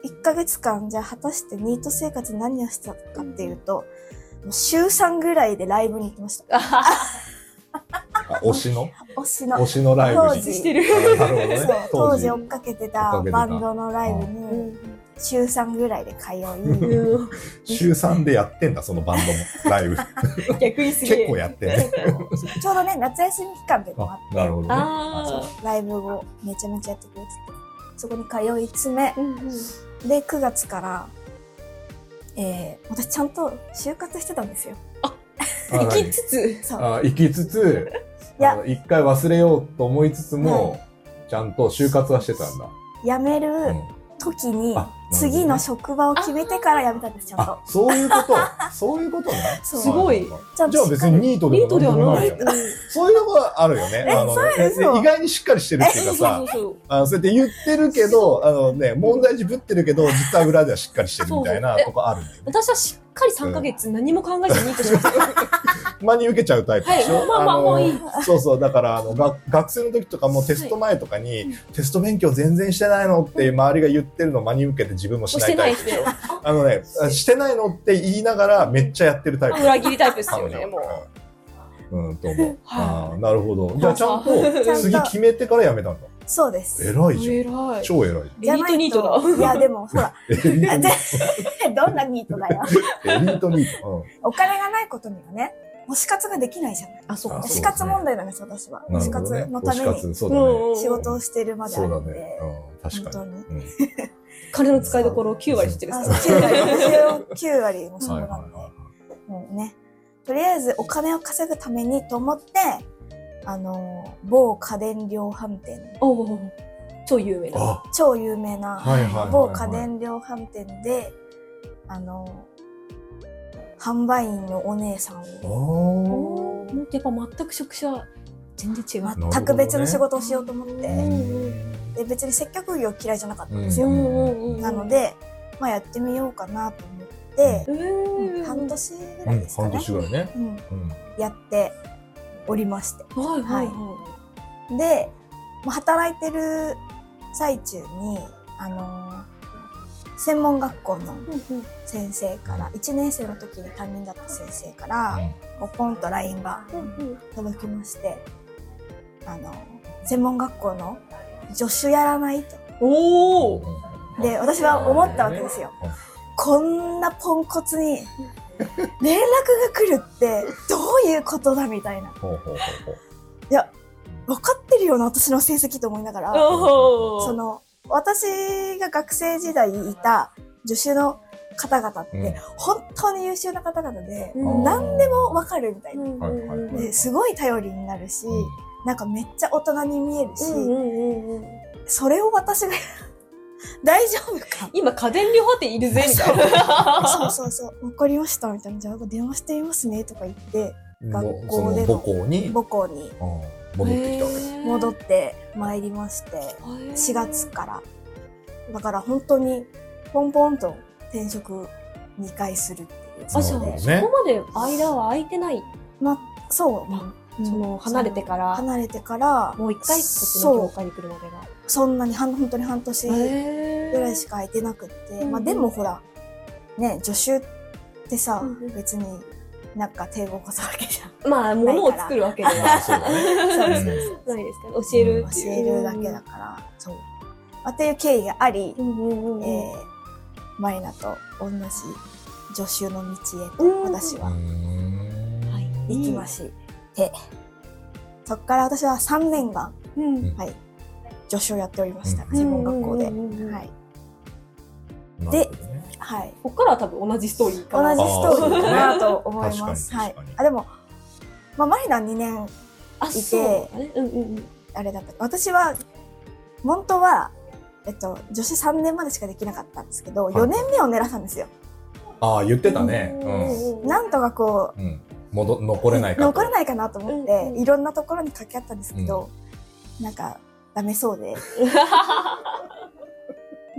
Speaker 4: 1ヶ月間じゃあ果たしてニート生活何をしてたかっていうともう週3ぐらいでライブに行きました
Speaker 2: あ推しの
Speaker 4: 推しの
Speaker 2: 推しのライブ
Speaker 4: 当時
Speaker 2: に。
Speaker 5: してる。
Speaker 2: あなるほど
Speaker 4: そう
Speaker 2: ね。
Speaker 4: 当
Speaker 2: 当時
Speaker 4: 時。追っかけて
Speaker 2: 追
Speaker 4: た
Speaker 2: っかけてた
Speaker 4: バンドのライブに週3ぐらいで通 い
Speaker 5: うん
Speaker 2: 週3でやってんだ、そのバンドも。ライブ。
Speaker 5: 逆にすげえ。
Speaker 2: 結構やってる。
Speaker 4: ちょうどね夏休み期間でもあ
Speaker 2: あ
Speaker 4: っ、
Speaker 2: なるほどね。
Speaker 5: あ
Speaker 4: ライブをめちゃめちゃやってくれててそこに通い詰め
Speaker 5: あ。うんうん
Speaker 4: で9月から、えー、私ちゃんと就活してたんですよ
Speaker 2: あ
Speaker 5: 生きつつ。
Speaker 4: そう
Speaker 2: あ行きつつ、
Speaker 4: いや
Speaker 2: あの一回忘れようと思いつつも、ちゃんと就活はしてたんだ。
Speaker 4: 辞める
Speaker 2: うん
Speaker 4: 時に
Speaker 2: あ
Speaker 4: 次の職場を決めてから辞めたんですちゃんと
Speaker 2: あ、そういう こと。そういうことね。
Speaker 4: そう
Speaker 5: すごい
Speaker 2: ははは
Speaker 4: ちゃん
Speaker 2: じ
Speaker 4: と
Speaker 2: ゃあ別にニートで
Speaker 5: ニー
Speaker 2: も
Speaker 5: トで
Speaker 2: な
Speaker 5: は
Speaker 2: んでも
Speaker 5: な
Speaker 2: ない
Speaker 5: い
Speaker 2: よ。。そういうとこはあるよね。あのね
Speaker 4: 嘘
Speaker 2: 意外にしっかりしてるっていうか
Speaker 5: そ
Speaker 2: さ
Speaker 5: う、そう
Speaker 2: あのそうやって言ってるけど、あのね、問題児ぶってるけど、実は裏ではしっかりしてるみたいなとこあるんだよね。
Speaker 5: 私はしっかり3ヶ月何も考えずに としました。
Speaker 2: 真に受けちゃうタイプでしょ、
Speaker 5: はいまあまあ
Speaker 2: の
Speaker 5: もういい
Speaker 2: そうそう、だから、あの、が学生の時とかもテスト前とかに、テスト勉強全然してないのって周りが言ってるのを真に受けて自分もし
Speaker 5: し
Speaker 2: な
Speaker 5: て
Speaker 2: い
Speaker 5: な
Speaker 2: タイ
Speaker 5: い
Speaker 2: プ
Speaker 5: し
Speaker 2: で
Speaker 5: ね
Speaker 2: しょ。あのね、あしてないのって言いながらめっちゃやってるタイプ。
Speaker 5: 裏切りタイプです
Speaker 2: 彼
Speaker 5: よ
Speaker 2: 女
Speaker 5: ね、もう。
Speaker 2: うんうん、と思う。
Speaker 5: はい
Speaker 2: ああ、なるほど。じゃあちゃんと
Speaker 4: ちゃんと
Speaker 2: 次決めてからやめたんだ。
Speaker 4: そうです
Speaker 2: 偉いじ
Speaker 5: 偉
Speaker 2: ゃん。
Speaker 5: い。
Speaker 2: 超偉い。
Speaker 5: エリートニートだ。
Speaker 4: いやでもほら
Speaker 2: エリ ートニー
Speaker 4: どんなニートだよ
Speaker 2: ト。エリートニート。
Speaker 4: お金がないことにはね推し活ができないじゃない
Speaker 5: あ、そっ
Speaker 2: あ
Speaker 5: か。
Speaker 2: そう
Speaker 4: 推し活問題なんです私は
Speaker 2: うん、な
Speaker 4: 推
Speaker 2: る
Speaker 4: し
Speaker 2: ほど
Speaker 4: 活
Speaker 2: ね。
Speaker 4: の
Speaker 2: 推
Speaker 4: た
Speaker 2: し
Speaker 4: めに
Speaker 2: 活、そうだね。
Speaker 5: うんうん
Speaker 4: 仕事をしてるまであ
Speaker 2: そう
Speaker 4: る
Speaker 2: だ
Speaker 4: んで
Speaker 2: ね。うん、確
Speaker 4: 本
Speaker 2: か
Speaker 4: 当に
Speaker 2: に。うん
Speaker 5: 金の使いどころを9割知ってる
Speaker 4: あ
Speaker 5: か
Speaker 4: そう
Speaker 5: ら。
Speaker 4: 9割9割もそう
Speaker 2: はい
Speaker 4: な
Speaker 2: はい
Speaker 4: んで
Speaker 2: は
Speaker 4: もうねとりあえずお金を稼ぐためにと思ってあの某家電量販店
Speaker 5: おお。超有名
Speaker 2: い。
Speaker 5: な。
Speaker 2: あ、
Speaker 4: 超有名な、
Speaker 2: はいはいはいはい
Speaker 4: 某家電量販店であの販売員のお姉さん
Speaker 2: あ
Speaker 4: を
Speaker 5: お
Speaker 2: ー
Speaker 5: ーやっぱ全く職種は全然違う。
Speaker 4: 全く別の仕事をしようと思って、
Speaker 2: うん
Speaker 4: で別に接客業嫌いじゃなかったんで
Speaker 2: う
Speaker 4: すよ、
Speaker 2: ん
Speaker 4: なので、まあ、やってみようかなと思って、
Speaker 5: うん
Speaker 4: 半年ぐ
Speaker 2: う
Speaker 4: らい
Speaker 2: ん、
Speaker 4: ですか
Speaker 2: 半
Speaker 4: ね、
Speaker 2: 年ぐらいね。
Speaker 4: うん
Speaker 2: うん。
Speaker 4: やっておりまして
Speaker 5: はいはいはい。
Speaker 4: で、まあ、働いてる最中にあの専門学校の先生から1年生の時に担任だった先生から、こうポンと LINE が届きましてあの専門学校の助手やらないと
Speaker 5: おお。
Speaker 2: う
Speaker 4: で私は思ったわけですよ
Speaker 2: うん
Speaker 4: こんなポンコツに 連絡が来るってどういうことだみたいなん
Speaker 2: ほうほうほうほう
Speaker 4: いや分かってるよな、私の成績と思いながら、
Speaker 5: おお
Speaker 4: その、私が学生時代いた女子の方々っ
Speaker 2: う
Speaker 4: て
Speaker 2: ん、
Speaker 4: 本当に優秀な方々で、
Speaker 5: うん
Speaker 4: 何でも分かるみたいな。
Speaker 2: はいはいはい
Speaker 4: で、すごい頼りになるし、
Speaker 2: うん
Speaker 4: なんかめっちゃ大人に見えるし、
Speaker 5: うんうんうん
Speaker 4: それを私が 大丈夫か
Speaker 5: 今家電量販店いるぜみたいな。
Speaker 4: そうそうそう、わかりましたみたいな、じゃあ電話していますねとか言って、学校での
Speaker 2: その母校にうん
Speaker 4: 母校に
Speaker 2: 戻ってきたわけです。
Speaker 4: 戻ってまいりまして、4月から。だから本当に、ポンポンと転職2回するっていう。
Speaker 5: あ、
Speaker 2: あ
Speaker 5: じ
Speaker 2: じ
Speaker 5: ゃ
Speaker 2: ゃ
Speaker 5: あ、
Speaker 2: あ
Speaker 5: そこまで間は空いてない。
Speaker 4: まあ、そう、うん
Speaker 5: その、離れてから、
Speaker 4: 離れてから、
Speaker 5: もう一回、こっちの業界に来るまでが。
Speaker 4: そんなに半本当に半年ぐ
Speaker 5: へ
Speaker 4: らいしか空いてなくって、
Speaker 5: うん
Speaker 4: まあでもほら、ね、助手ってさ、別になんか手動かすわけじゃん。
Speaker 5: まあ、物を作るわけで
Speaker 2: まあ
Speaker 5: は
Speaker 2: そうだね。
Speaker 4: そう
Speaker 2: うん
Speaker 5: ないですから、教えるって
Speaker 4: 教
Speaker 5: い
Speaker 4: え
Speaker 5: う。
Speaker 4: るだけだから、そう。まあっていう経緯があり、
Speaker 5: うんうんうん。
Speaker 4: えー、マリナと同じ助手の道へと
Speaker 5: うん
Speaker 4: 私は
Speaker 2: うん
Speaker 5: はい
Speaker 4: 行きまして、そっから私は3年間、
Speaker 5: うん
Speaker 4: はい、助手をやっておりました。
Speaker 2: うん
Speaker 4: 専門学校で。
Speaker 5: うんうんうんうん
Speaker 4: はい。
Speaker 2: なるほどね
Speaker 4: はい。
Speaker 5: こっからは多分同じストーリーか
Speaker 4: 同
Speaker 5: な。
Speaker 4: じストーリーだ
Speaker 2: あ
Speaker 4: な
Speaker 2: ー
Speaker 4: と思います。
Speaker 2: 確か
Speaker 4: は
Speaker 2: に
Speaker 4: い
Speaker 2: 確かに。
Speaker 4: あ、でも、まあ、マリナ2年、
Speaker 5: あ、そうだね。うんうんうん。
Speaker 4: あれだった。私は、本当は、えっと、女子3年までしかできなかったんですけど、
Speaker 2: はい
Speaker 4: 4年目を狙ったんですよ。
Speaker 2: ああ、言ってたね。うん
Speaker 5: うん
Speaker 4: なんとかこう、
Speaker 2: うん。戻残れないかと。
Speaker 4: 残れないかなと思って、
Speaker 5: うんうん
Speaker 4: いろんなところに掛け合ったんですけど、なんか、ダメそうで。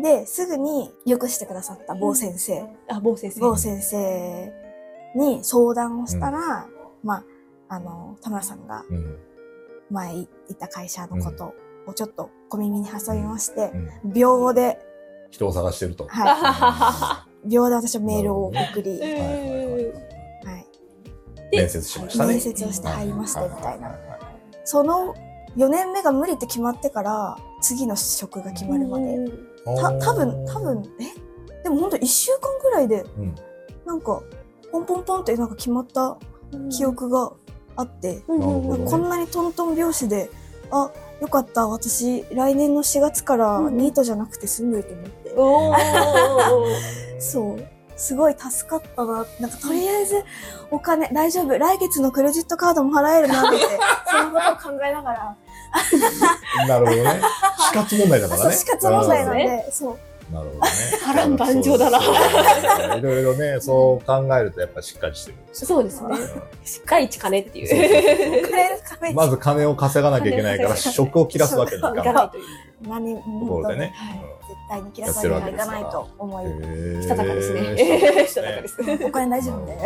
Speaker 4: で、すぐに良くしてくださった某先生、
Speaker 5: あ、某先生。
Speaker 4: 某先生に相談をしたら、まあ、あの、田村さんが
Speaker 2: うん。
Speaker 4: 前いた会社のことをちょっと小耳に挟みまして
Speaker 2: う、ん
Speaker 4: 秒で、
Speaker 2: 人を探して ると。
Speaker 4: はい
Speaker 5: あははは。
Speaker 4: 秒で私はメールを送り、
Speaker 5: うん
Speaker 2: はいはいはいはい
Speaker 4: はい、
Speaker 5: で
Speaker 2: 面接しましたね。
Speaker 4: 面接をして入りましたみたい
Speaker 2: は
Speaker 4: な。
Speaker 2: はは
Speaker 4: その4年目が無理って決まってから、次の職が決まるまで。た、
Speaker 2: い
Speaker 4: 多分、多。分、えでも本当1週間ぐらいで、
Speaker 2: うん。
Speaker 4: なんか、ポンポンポンってなんか決まった記。憶があって、
Speaker 5: うんうんうん
Speaker 2: なるほどね
Speaker 4: こんなにトントン拍子で、あ、よかった、私、来年の4月からニートじゃなくて済むと思って。
Speaker 5: おー。
Speaker 4: そう。すごい助かったな。なんか、とりあえず、お金、大丈夫。来月のクレジットカードも払えるなって、そのことを考えながら。
Speaker 2: なるほどね。死活問題だから
Speaker 4: そう、
Speaker 2: ね。
Speaker 4: 死活問題なん
Speaker 5: ね
Speaker 4: で、そう。
Speaker 2: なるほどね。
Speaker 5: 波乱万丈だな
Speaker 2: な。いろいろね、そう考えるとやっぱしっかりしてるんですよ。
Speaker 5: そうですね。しっかり金ってい
Speaker 2: そう
Speaker 5: う。
Speaker 2: そう
Speaker 4: クレジットカ
Speaker 2: そう
Speaker 4: ー
Speaker 2: ま
Speaker 4: ド、
Speaker 2: ず金を稼がなきゃいけないから、職を切らすわけにいか
Speaker 5: い
Speaker 2: ない
Speaker 5: かないという。
Speaker 4: 何、
Speaker 2: ところでね。
Speaker 4: 絶対に切らされてはいかないと思い、
Speaker 2: し
Speaker 5: したたかですね。したたかです。
Speaker 4: お金大丈夫で。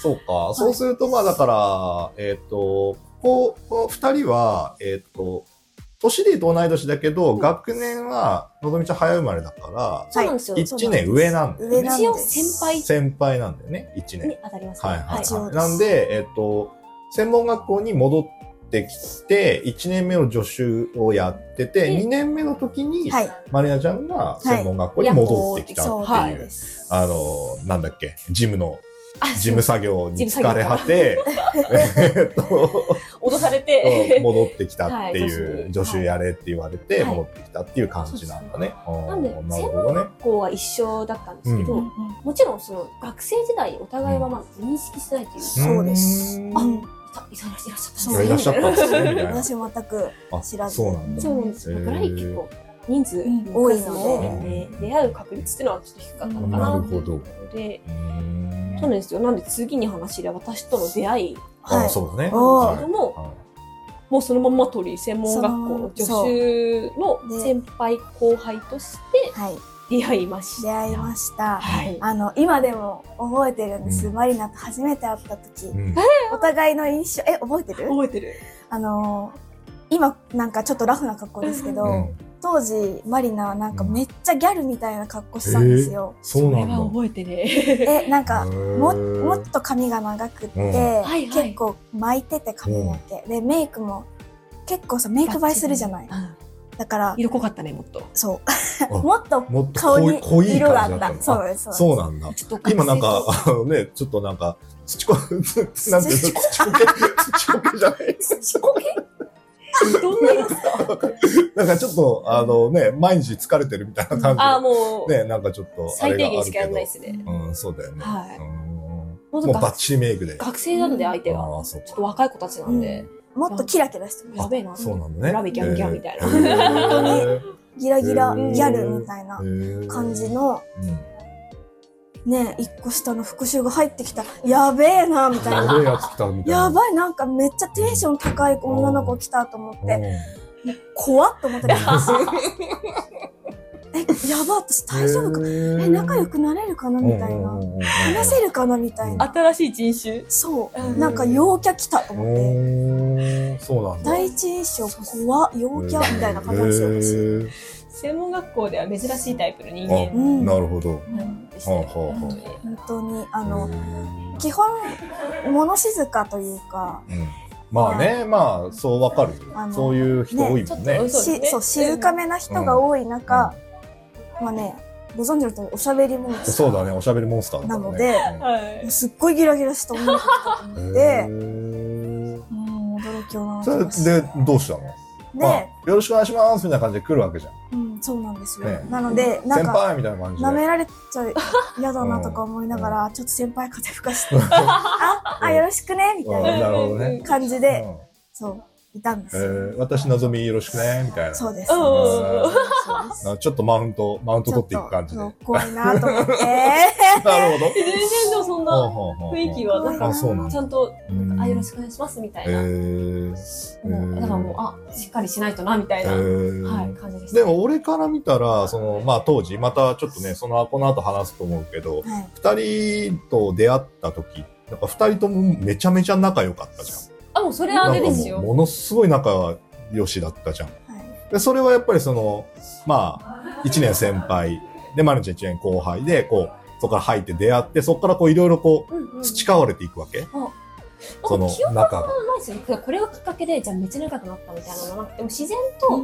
Speaker 2: そうか。そうすると、まあだから、えっ、と、こう、この二人は、えっ、と、年で言うと同い年だけど、学年は、のぞみちゃん早生まれだから、
Speaker 5: そうなんですよ。
Speaker 2: 一年上なんだよ
Speaker 4: 上
Speaker 2: ね
Speaker 4: な。ん
Speaker 5: 一応
Speaker 4: です
Speaker 5: 先輩
Speaker 2: 先輩なんだよね、一年
Speaker 5: に。当たりますね。
Speaker 2: はいはい、
Speaker 4: 一応
Speaker 2: は
Speaker 4: で
Speaker 2: い。
Speaker 4: す
Speaker 2: なんで、えっ、と、専門学校に戻ってきて、1年目の助手をやってて、
Speaker 5: で
Speaker 2: 2年目の時に、
Speaker 4: はい。
Speaker 2: マリナちゃんが専門学校に戻ってきたっていう、
Speaker 4: そうです。
Speaker 2: あの、なんだっけ、事務の、
Speaker 5: あ
Speaker 2: 事務作業に疲れ果て、えっと、
Speaker 5: 脅され
Speaker 2: うん
Speaker 5: て。
Speaker 2: 戻ってきたっていう、
Speaker 5: はい
Speaker 2: 助手やれって言われて、
Speaker 5: はい
Speaker 2: 戻ってきたっていう感じなんだね。
Speaker 5: な
Speaker 2: うんん
Speaker 5: で、
Speaker 2: な
Speaker 5: 専
Speaker 2: るほ
Speaker 5: 門
Speaker 2: どね。
Speaker 5: 学校は一緒だったんですけ
Speaker 4: う
Speaker 5: ど、
Speaker 4: んうん
Speaker 5: もちろんその学生時代お互いはまず認識してないというか、
Speaker 4: そうです
Speaker 2: ん
Speaker 4: あ
Speaker 5: いたいらっしゃったんです
Speaker 4: そ
Speaker 2: いらっしゃった
Speaker 4: う
Speaker 2: んですね、みたいな。
Speaker 4: 私も全く、
Speaker 2: あ、
Speaker 4: 知らず
Speaker 2: そうなんだ。
Speaker 5: そうなんです。
Speaker 2: へ
Speaker 5: だ
Speaker 2: ー
Speaker 5: から結構人数
Speaker 4: うん
Speaker 5: 多い
Speaker 4: 多
Speaker 2: いの
Speaker 5: の
Speaker 2: で
Speaker 5: で、ね出会う確率っていうのはちょっと低かったのかなっていうところで、
Speaker 2: うーん
Speaker 5: そうなんですよ。なんで次に話で私との出会い
Speaker 2: あ
Speaker 4: はい。
Speaker 2: そうだね。
Speaker 4: お
Speaker 2: は
Speaker 4: ー
Speaker 2: い
Speaker 5: でも
Speaker 2: は
Speaker 5: もうそのまんま取り専門学校の助手の先輩後輩として
Speaker 4: はい。
Speaker 5: 出会いまし
Speaker 4: 出
Speaker 5: た。
Speaker 4: 会いました。
Speaker 5: はい。
Speaker 4: あの、今でも覚えてるんです。
Speaker 2: うん
Speaker 4: マリナと初めて会った時
Speaker 2: いうん
Speaker 4: お互いの印象、え、覚えてる
Speaker 5: 覚えてる。
Speaker 4: あのー、今なんかちょっとラフな格好ですけど、
Speaker 2: うん
Speaker 4: 当時マリナはなんかめっちゃギャルみたいな格好したんですよ。
Speaker 2: そう
Speaker 5: こ
Speaker 2: な
Speaker 5: れ
Speaker 2: ん
Speaker 5: は
Speaker 2: だ。
Speaker 5: 覚えて ね。
Speaker 4: え、なん
Speaker 2: へ
Speaker 4: か、
Speaker 2: ー
Speaker 4: も、もっと髪が長くって、
Speaker 2: うん
Speaker 5: はい
Speaker 4: 結構巻いてて髪の毛。で、メイクも、結構さ、メイク映えするじゃない。
Speaker 5: うん
Speaker 4: だから、
Speaker 5: 色濃かったね、もっと。
Speaker 4: そ
Speaker 2: あ
Speaker 4: う。 もっと
Speaker 2: もっと
Speaker 4: 顔
Speaker 2: 濃い
Speaker 4: に
Speaker 2: 濃い
Speaker 4: 色があ
Speaker 2: 感じだ
Speaker 4: っ
Speaker 2: った
Speaker 4: た。
Speaker 2: の
Speaker 4: そうです、そうです。
Speaker 2: そうなんだ。
Speaker 5: ちょっと
Speaker 2: 今なんか、あのね、ちょっと なんか、土こ、なんていうの、土こけ、土こけじゃない。
Speaker 5: 土こけどんな様子
Speaker 2: なんかちょっと、あのね、毎日疲れてるみたいな感じ
Speaker 5: ああ、もう、
Speaker 2: で、ね、なんかちょっと、あ
Speaker 5: 最
Speaker 2: れがあ
Speaker 5: 低
Speaker 2: る
Speaker 5: 限しか
Speaker 2: け
Speaker 5: やん
Speaker 2: ど
Speaker 5: ないで。すね。
Speaker 2: うん、そうだよね。
Speaker 5: はい
Speaker 2: うん
Speaker 5: もう
Speaker 2: もう
Speaker 5: なん
Speaker 2: バ
Speaker 5: か
Speaker 2: ッチリメイクで。
Speaker 5: 学生なんで相手が。
Speaker 2: ああ、そう
Speaker 5: ちょっと
Speaker 2: か。
Speaker 5: 若い子たちなんで、
Speaker 4: もっとキラキラしてま
Speaker 5: や
Speaker 4: す。
Speaker 5: べえな。
Speaker 2: そうなんだね。
Speaker 5: ラビギャンギャンみたいな
Speaker 2: えー
Speaker 4: 本当ギラギラ
Speaker 2: へー
Speaker 4: ギャルみたいな感じ。の、
Speaker 2: えーうん
Speaker 4: ね、一個下の復習が入ってきた。やべえな、みたい
Speaker 2: や
Speaker 4: な。
Speaker 2: べえやつ来たみたいな。
Speaker 4: やばい、なんかめっちゃテンション高い女の子来たと思って、怖っと思ってた んですよ。え、やば、私大丈夫かえ、仲良くなれるかなみたいな。話せるかなみたいな。
Speaker 5: 新しい人種
Speaker 4: そう。
Speaker 2: ん
Speaker 4: なんか陽キャ来たと思って。
Speaker 2: る。そうなんだ。
Speaker 4: 第一印象怖っ陽キャみたいな感じなんですよ、
Speaker 2: よ。
Speaker 5: 専門学校では珍しいタイプの人
Speaker 2: あ
Speaker 5: 間
Speaker 4: うん
Speaker 2: なるほど。
Speaker 5: なんでした
Speaker 2: は
Speaker 5: ね
Speaker 2: あはあは
Speaker 5: 本当に
Speaker 4: 私。本当に、あ
Speaker 2: あ
Speaker 4: の、
Speaker 2: の
Speaker 4: 基本、物静かというか、
Speaker 2: まあね、まあ、そうわかる
Speaker 4: あ
Speaker 2: よ。
Speaker 4: の
Speaker 2: そういう人多い
Speaker 5: ちょ
Speaker 2: もん
Speaker 5: っと
Speaker 2: ね。
Speaker 5: そうです
Speaker 4: し
Speaker 5: ね
Speaker 4: そう、静かめな人が多い中、まあね、ご存知の通り、おしゃべりも
Speaker 2: うん そうだね、おしゃべりモンスターだからね
Speaker 4: なので
Speaker 5: はい。
Speaker 4: すっごいギラギラした女の子だと
Speaker 2: う
Speaker 4: 思
Speaker 2: ん
Speaker 4: っ
Speaker 2: へ
Speaker 4: て、
Speaker 2: ー
Speaker 4: もう驚きをな
Speaker 2: それ
Speaker 4: ってました。
Speaker 2: で、どうしたのまあ
Speaker 4: で、
Speaker 2: よろしくお願いしますみたいな感じで来るわけじゃん。
Speaker 4: うん、そうなんですよ。
Speaker 2: ね
Speaker 4: なので、な
Speaker 2: 先
Speaker 4: んか、
Speaker 2: 輩みたいな感じで。
Speaker 4: 舐められちゃ嫌だなとか思いながら、ちょっと先輩風吹 かして、あ、あ、よろしくね、みたい
Speaker 2: うんなるほど
Speaker 5: うんうんう
Speaker 2: ね
Speaker 5: ん。
Speaker 4: な感じで、そう、いたんで
Speaker 2: う
Speaker 4: す
Speaker 2: ん
Speaker 4: よ。
Speaker 2: えー私、のぞみよろしくねみたいな。
Speaker 4: そうです。
Speaker 5: うん
Speaker 4: そうですそう
Speaker 2: なちょっとマウント、マウン
Speaker 4: で
Speaker 2: ト
Speaker 4: すちょ
Speaker 2: 取っ
Speaker 4: っ
Speaker 2: ていく感じで。なる
Speaker 4: と怖いなと思 っ
Speaker 2: ほ
Speaker 4: て、
Speaker 2: ど。
Speaker 5: 全然でもそんな雰囲気は、なん
Speaker 2: あそうな
Speaker 5: か、
Speaker 2: んだ
Speaker 5: ちゃんと、
Speaker 2: うん
Speaker 5: あ、よろしくお願いしますみたい
Speaker 2: え
Speaker 5: な。
Speaker 2: ー
Speaker 5: もうだからもう、あ、しっかりしないとな、みたいな、は
Speaker 2: えー
Speaker 5: い、感じでした。
Speaker 2: でも俺から見たら、その、まあ当時、またちょっとね、その、この後話すと思うけど、
Speaker 4: はい
Speaker 2: 二人と出会った時、なんか二人ともめちゃめちゃ仲良かったじ
Speaker 5: あ、もうそれ
Speaker 2: ゃん。
Speaker 5: はあ
Speaker 2: な
Speaker 5: れ
Speaker 2: んか
Speaker 5: です
Speaker 2: もう
Speaker 5: よ。
Speaker 2: ものすごい仲良しだったじゃん。
Speaker 4: はい
Speaker 2: で、それはやっぱりその、まあ、一年先輩、で、まるちゃん一年後輩で、こう、そこから入って出会って、そこからこういろいろこ
Speaker 5: うんうん
Speaker 2: う、培われていくわけ、その中が。
Speaker 5: なんか記憶がないですよ。これがきっかけで、じゃあめっちゃ仲良くなったみたいなのはなくて、でも自然と、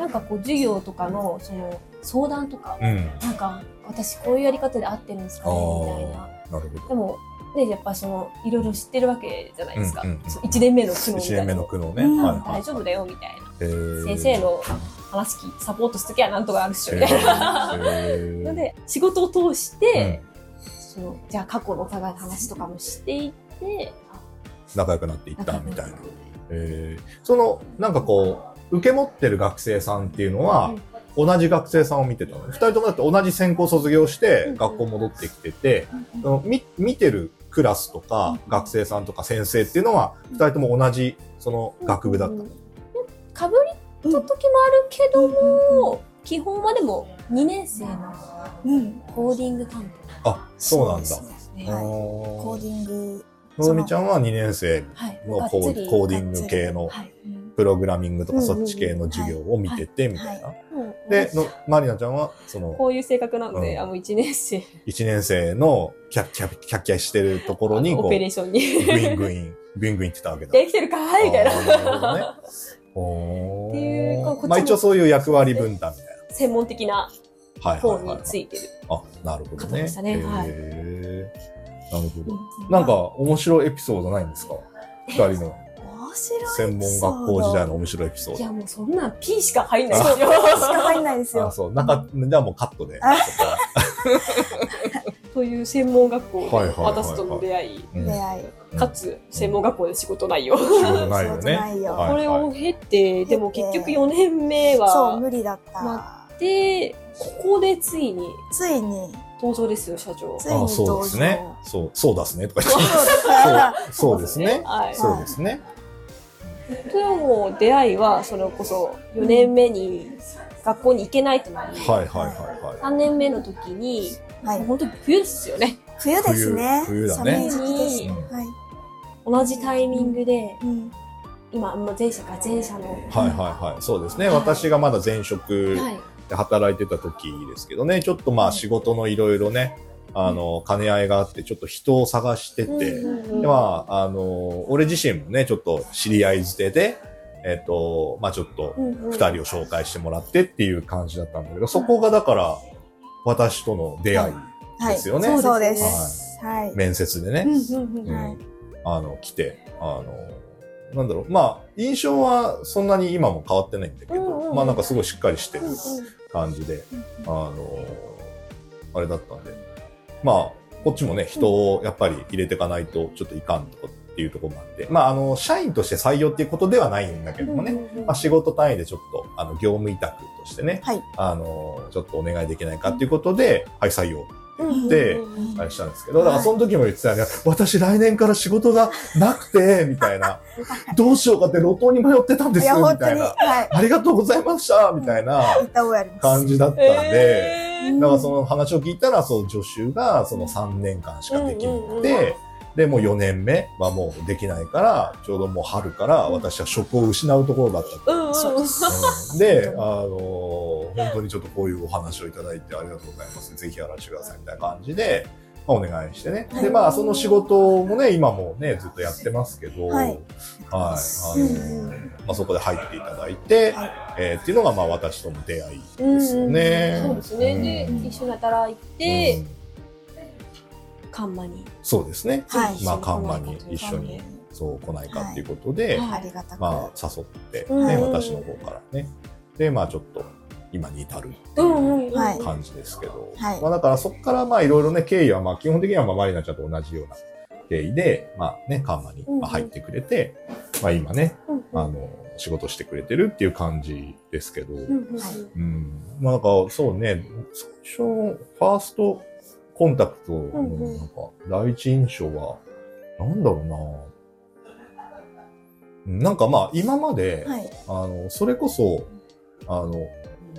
Speaker 5: なんかこう、授業とかの、その、相談とか、
Speaker 2: うん。
Speaker 5: なんか、私こういうやり方で合ってるんです
Speaker 2: あ
Speaker 5: か
Speaker 2: あ
Speaker 5: ね、みたいな。、
Speaker 2: なるほ
Speaker 5: でも、ね、やっぱその、いろいろ知ってるわけじゃないですか。
Speaker 2: うんうんうん
Speaker 5: 1年目の苦
Speaker 2: ど。
Speaker 5: 悩
Speaker 2: 一
Speaker 5: みた
Speaker 2: 年
Speaker 5: い
Speaker 2: 目
Speaker 5: な
Speaker 2: の。苦悩ね。
Speaker 4: うん
Speaker 2: はいはい
Speaker 5: 大丈夫だよ、みたいな。
Speaker 2: えー
Speaker 5: 先生の話聞き、サポートしときゃなんとかあるっしょ、みたいな。
Speaker 2: え
Speaker 5: な
Speaker 2: ー
Speaker 5: ので、仕事を通し
Speaker 2: うん
Speaker 5: て、そのじゃあ過去のお互いの話とかもしていって、
Speaker 2: 仲良くなっていったみたいな
Speaker 5: 仲良く。っ
Speaker 2: えーその、なんかこう、受け持ってる学生さんっていうのは、同じ学生さんを見てたのね。二人ともだって同じ専攻卒業して
Speaker 5: うん、
Speaker 2: 学校戻ってきてて、
Speaker 5: てい
Speaker 2: そのみ見てるクラスとか、学生さんとか先生っていうのは、二人とも同じ、その学部だったの。
Speaker 5: かぶりった時もあるけども、基本はでも2年生の
Speaker 4: うん、
Speaker 5: コーディング担
Speaker 2: あ、そうなんだ
Speaker 4: そう。です
Speaker 5: 当です
Speaker 2: あ
Speaker 5: ね。
Speaker 4: コー
Speaker 2: ー
Speaker 4: ディング、
Speaker 2: のぞみちゃんは2年生
Speaker 5: はい。
Speaker 2: の
Speaker 5: がっ
Speaker 2: コ
Speaker 5: つ
Speaker 2: ー
Speaker 5: り
Speaker 2: コーディング系の
Speaker 5: はい。
Speaker 2: プログラミングと
Speaker 4: う
Speaker 2: か
Speaker 4: んうんう
Speaker 2: そ
Speaker 4: ん
Speaker 2: っち系の授業を見ててみたいな。
Speaker 5: もう
Speaker 2: で、のまりなちゃんはそ
Speaker 5: こ
Speaker 2: の
Speaker 5: ういう性格なので、
Speaker 2: うん
Speaker 5: あの1年生、
Speaker 2: 1年生のキャッキャキャッキャしてるところにこ
Speaker 5: オ
Speaker 2: う
Speaker 5: ペレーションに。
Speaker 2: グイングイン、グイングインってたわけだ。
Speaker 5: できてるかーいみたいな。
Speaker 2: あーなるほどね。お
Speaker 5: っていうこう
Speaker 2: ー
Speaker 5: こっちも
Speaker 2: まあ一応そういう役割分担みたい
Speaker 5: 専門的な
Speaker 2: な。はい
Speaker 5: 方
Speaker 2: はいはい
Speaker 5: についてる。
Speaker 2: はい。あ、なるほど
Speaker 5: 方
Speaker 2: ね。
Speaker 5: でしたねはい
Speaker 2: へーなるほ
Speaker 5: う
Speaker 2: ど。
Speaker 5: ん
Speaker 2: なんか面白いエピソードないんですか二人の
Speaker 4: 面白い。
Speaker 2: 専門学校時代の面白いエピソー
Speaker 5: い
Speaker 2: ド。
Speaker 5: や、もうそんなん P しか入んないですよ。
Speaker 4: しか入んないです
Speaker 2: あ
Speaker 4: よ。
Speaker 2: そう。なんか、じゃあもうカットで。
Speaker 4: あ
Speaker 2: そこは
Speaker 5: という専門学校
Speaker 2: はいはい
Speaker 5: で
Speaker 2: はいはい
Speaker 5: 私との出会い、
Speaker 2: うん
Speaker 4: 出会い。
Speaker 2: うん
Speaker 5: かつ専門学校で仕事内容。
Speaker 2: 仕事ないよ
Speaker 4: 仕事
Speaker 2: ね。
Speaker 4: ないよ
Speaker 2: はい
Speaker 5: これ
Speaker 2: はい
Speaker 5: を経て、でも結局4年目
Speaker 4: そう、
Speaker 5: は、
Speaker 4: 無理だった。
Speaker 5: まで、ここでついに
Speaker 4: ついに、
Speaker 5: 登場ですよ、社長。
Speaker 4: ついに
Speaker 2: ああ、
Speaker 4: 登
Speaker 2: そう
Speaker 4: 場。
Speaker 2: ですね。そう、そうだっすね。とか言って。
Speaker 4: そうだから
Speaker 2: そうですね。
Speaker 5: はい。
Speaker 2: そうですね。
Speaker 5: というもう出会いは、それこそ4年目に学校に行けないとなり、
Speaker 2: はいはいはいは
Speaker 5: 3年目の時に、
Speaker 4: は
Speaker 5: もう
Speaker 4: い、
Speaker 5: 本当に冬ですよね。
Speaker 4: 冬ですね。
Speaker 2: 冬冬だね
Speaker 4: 寒い時期です。
Speaker 2: うん
Speaker 4: はい。
Speaker 5: 同じタイミングで、
Speaker 4: うん。
Speaker 5: 今、もう前者か前者の、
Speaker 2: い。はいはいはい。そうですね。私がまだ前職
Speaker 5: はい
Speaker 2: で働いてた時ですけどね、ちょっとまあ仕事のいろいろね、あの、兼ね合いがあって、ちょっと人を探してて、
Speaker 5: うんうんうん
Speaker 2: でまあ、あの、俺自身もね、ちょっと知り合い捨てで、えっと、まあちょっと
Speaker 5: うんうん
Speaker 2: 二人を紹介してもらってっていう感じだったんだけど、そこがだから、私との出会い、
Speaker 4: はい。
Speaker 2: ですよね
Speaker 4: そうです。はい。
Speaker 2: 面接でね、
Speaker 5: うんうんうん
Speaker 2: う
Speaker 4: はい
Speaker 2: ん、あの、来て、あの、なんだろう、まあ、印象はそんなに今も変わってないんだけど、
Speaker 5: うんうん
Speaker 2: まあなんかすごいしっかりしてる
Speaker 5: う
Speaker 2: 感じで、
Speaker 4: うん
Speaker 2: あのあれだったんで、まあ、こっちもね、人をやっぱり入れていかないとちょっといかんとこっていうところもあって、まあ、あの、社員として採用っていうことではないんだけどもね、
Speaker 5: んうん
Speaker 2: まあ、仕事単位でちょっと、あの、業務委託としてね、
Speaker 4: はい
Speaker 2: あの、ちょっとお願いできないかっていうことで、はい、採用
Speaker 5: うん
Speaker 2: で
Speaker 5: うんうんうん
Speaker 2: あれしたんですけど、だからその時も言ってたね、私来年から仕事がなく て、みたいな、どうしようかって路頭に迷ってたんで
Speaker 4: い
Speaker 2: す
Speaker 4: や、
Speaker 2: よ、
Speaker 4: 本
Speaker 2: み
Speaker 4: 当
Speaker 2: たい
Speaker 4: に、
Speaker 2: な。
Speaker 4: は。
Speaker 2: ありがとうございました、みたいない
Speaker 4: 歌をやります。
Speaker 2: 感じだったんで、
Speaker 5: え
Speaker 4: う
Speaker 2: だからその話を聞いたら、その助手がその3年間しかできな
Speaker 5: うんうんう
Speaker 2: く
Speaker 5: ん
Speaker 2: て、で、もう4年目はもうできないから、ちょうどもう春から私は職を失うところだった
Speaker 5: ーうんうん
Speaker 4: そうで
Speaker 2: うん で、あの本当にちょっとこういうお話をいただいてありがとうございます。ぜひやらせてくださいみたいな感じで、まあ、お願いしてね。で、まあ、その仕事もね、今もね、ずっとやってますけど、
Speaker 4: はい
Speaker 2: はい。あ
Speaker 4: うん
Speaker 2: のまあ、そこで入っていただいて、
Speaker 4: はい
Speaker 2: えーっていうのが、まあ、私との出会い
Speaker 5: うんうん
Speaker 2: ですよね。
Speaker 5: そうですね。
Speaker 2: うん
Speaker 5: で、一緒に働い
Speaker 2: うん
Speaker 5: て、カンマに。
Speaker 2: そうですね。
Speaker 4: はい
Speaker 2: まあ、看板に一緒に、そう、来ないかっていうことで、
Speaker 5: は
Speaker 4: あ
Speaker 5: い
Speaker 4: りがたく。
Speaker 2: まあ、誘って、
Speaker 5: うん
Speaker 2: ね、私の方からね。で、まあ、ちょっと、今に至るって
Speaker 5: う
Speaker 2: いうん
Speaker 5: うんうん。
Speaker 4: はい
Speaker 2: 感じですけど、
Speaker 4: はい
Speaker 2: まあだからそこからまあいろいろね、経緯はまあ基本的にはまあマリナちゃんと同じような経緯で、まあね、カンマに
Speaker 5: うんうん
Speaker 2: まあ入ってくれて、まあ今ね、
Speaker 5: うんうん
Speaker 2: あの、仕事してくれてるっていう感じですけど、
Speaker 5: う
Speaker 2: うんん、
Speaker 5: うんうん
Speaker 4: はい
Speaker 2: まあなんかそうね、最初、ファーストコンタクト
Speaker 5: んう
Speaker 2: の
Speaker 5: ん
Speaker 2: なんか第一印象は、なんだろうなうんなんかまあ今まで、
Speaker 4: はい。
Speaker 2: あの、それこそ、あの、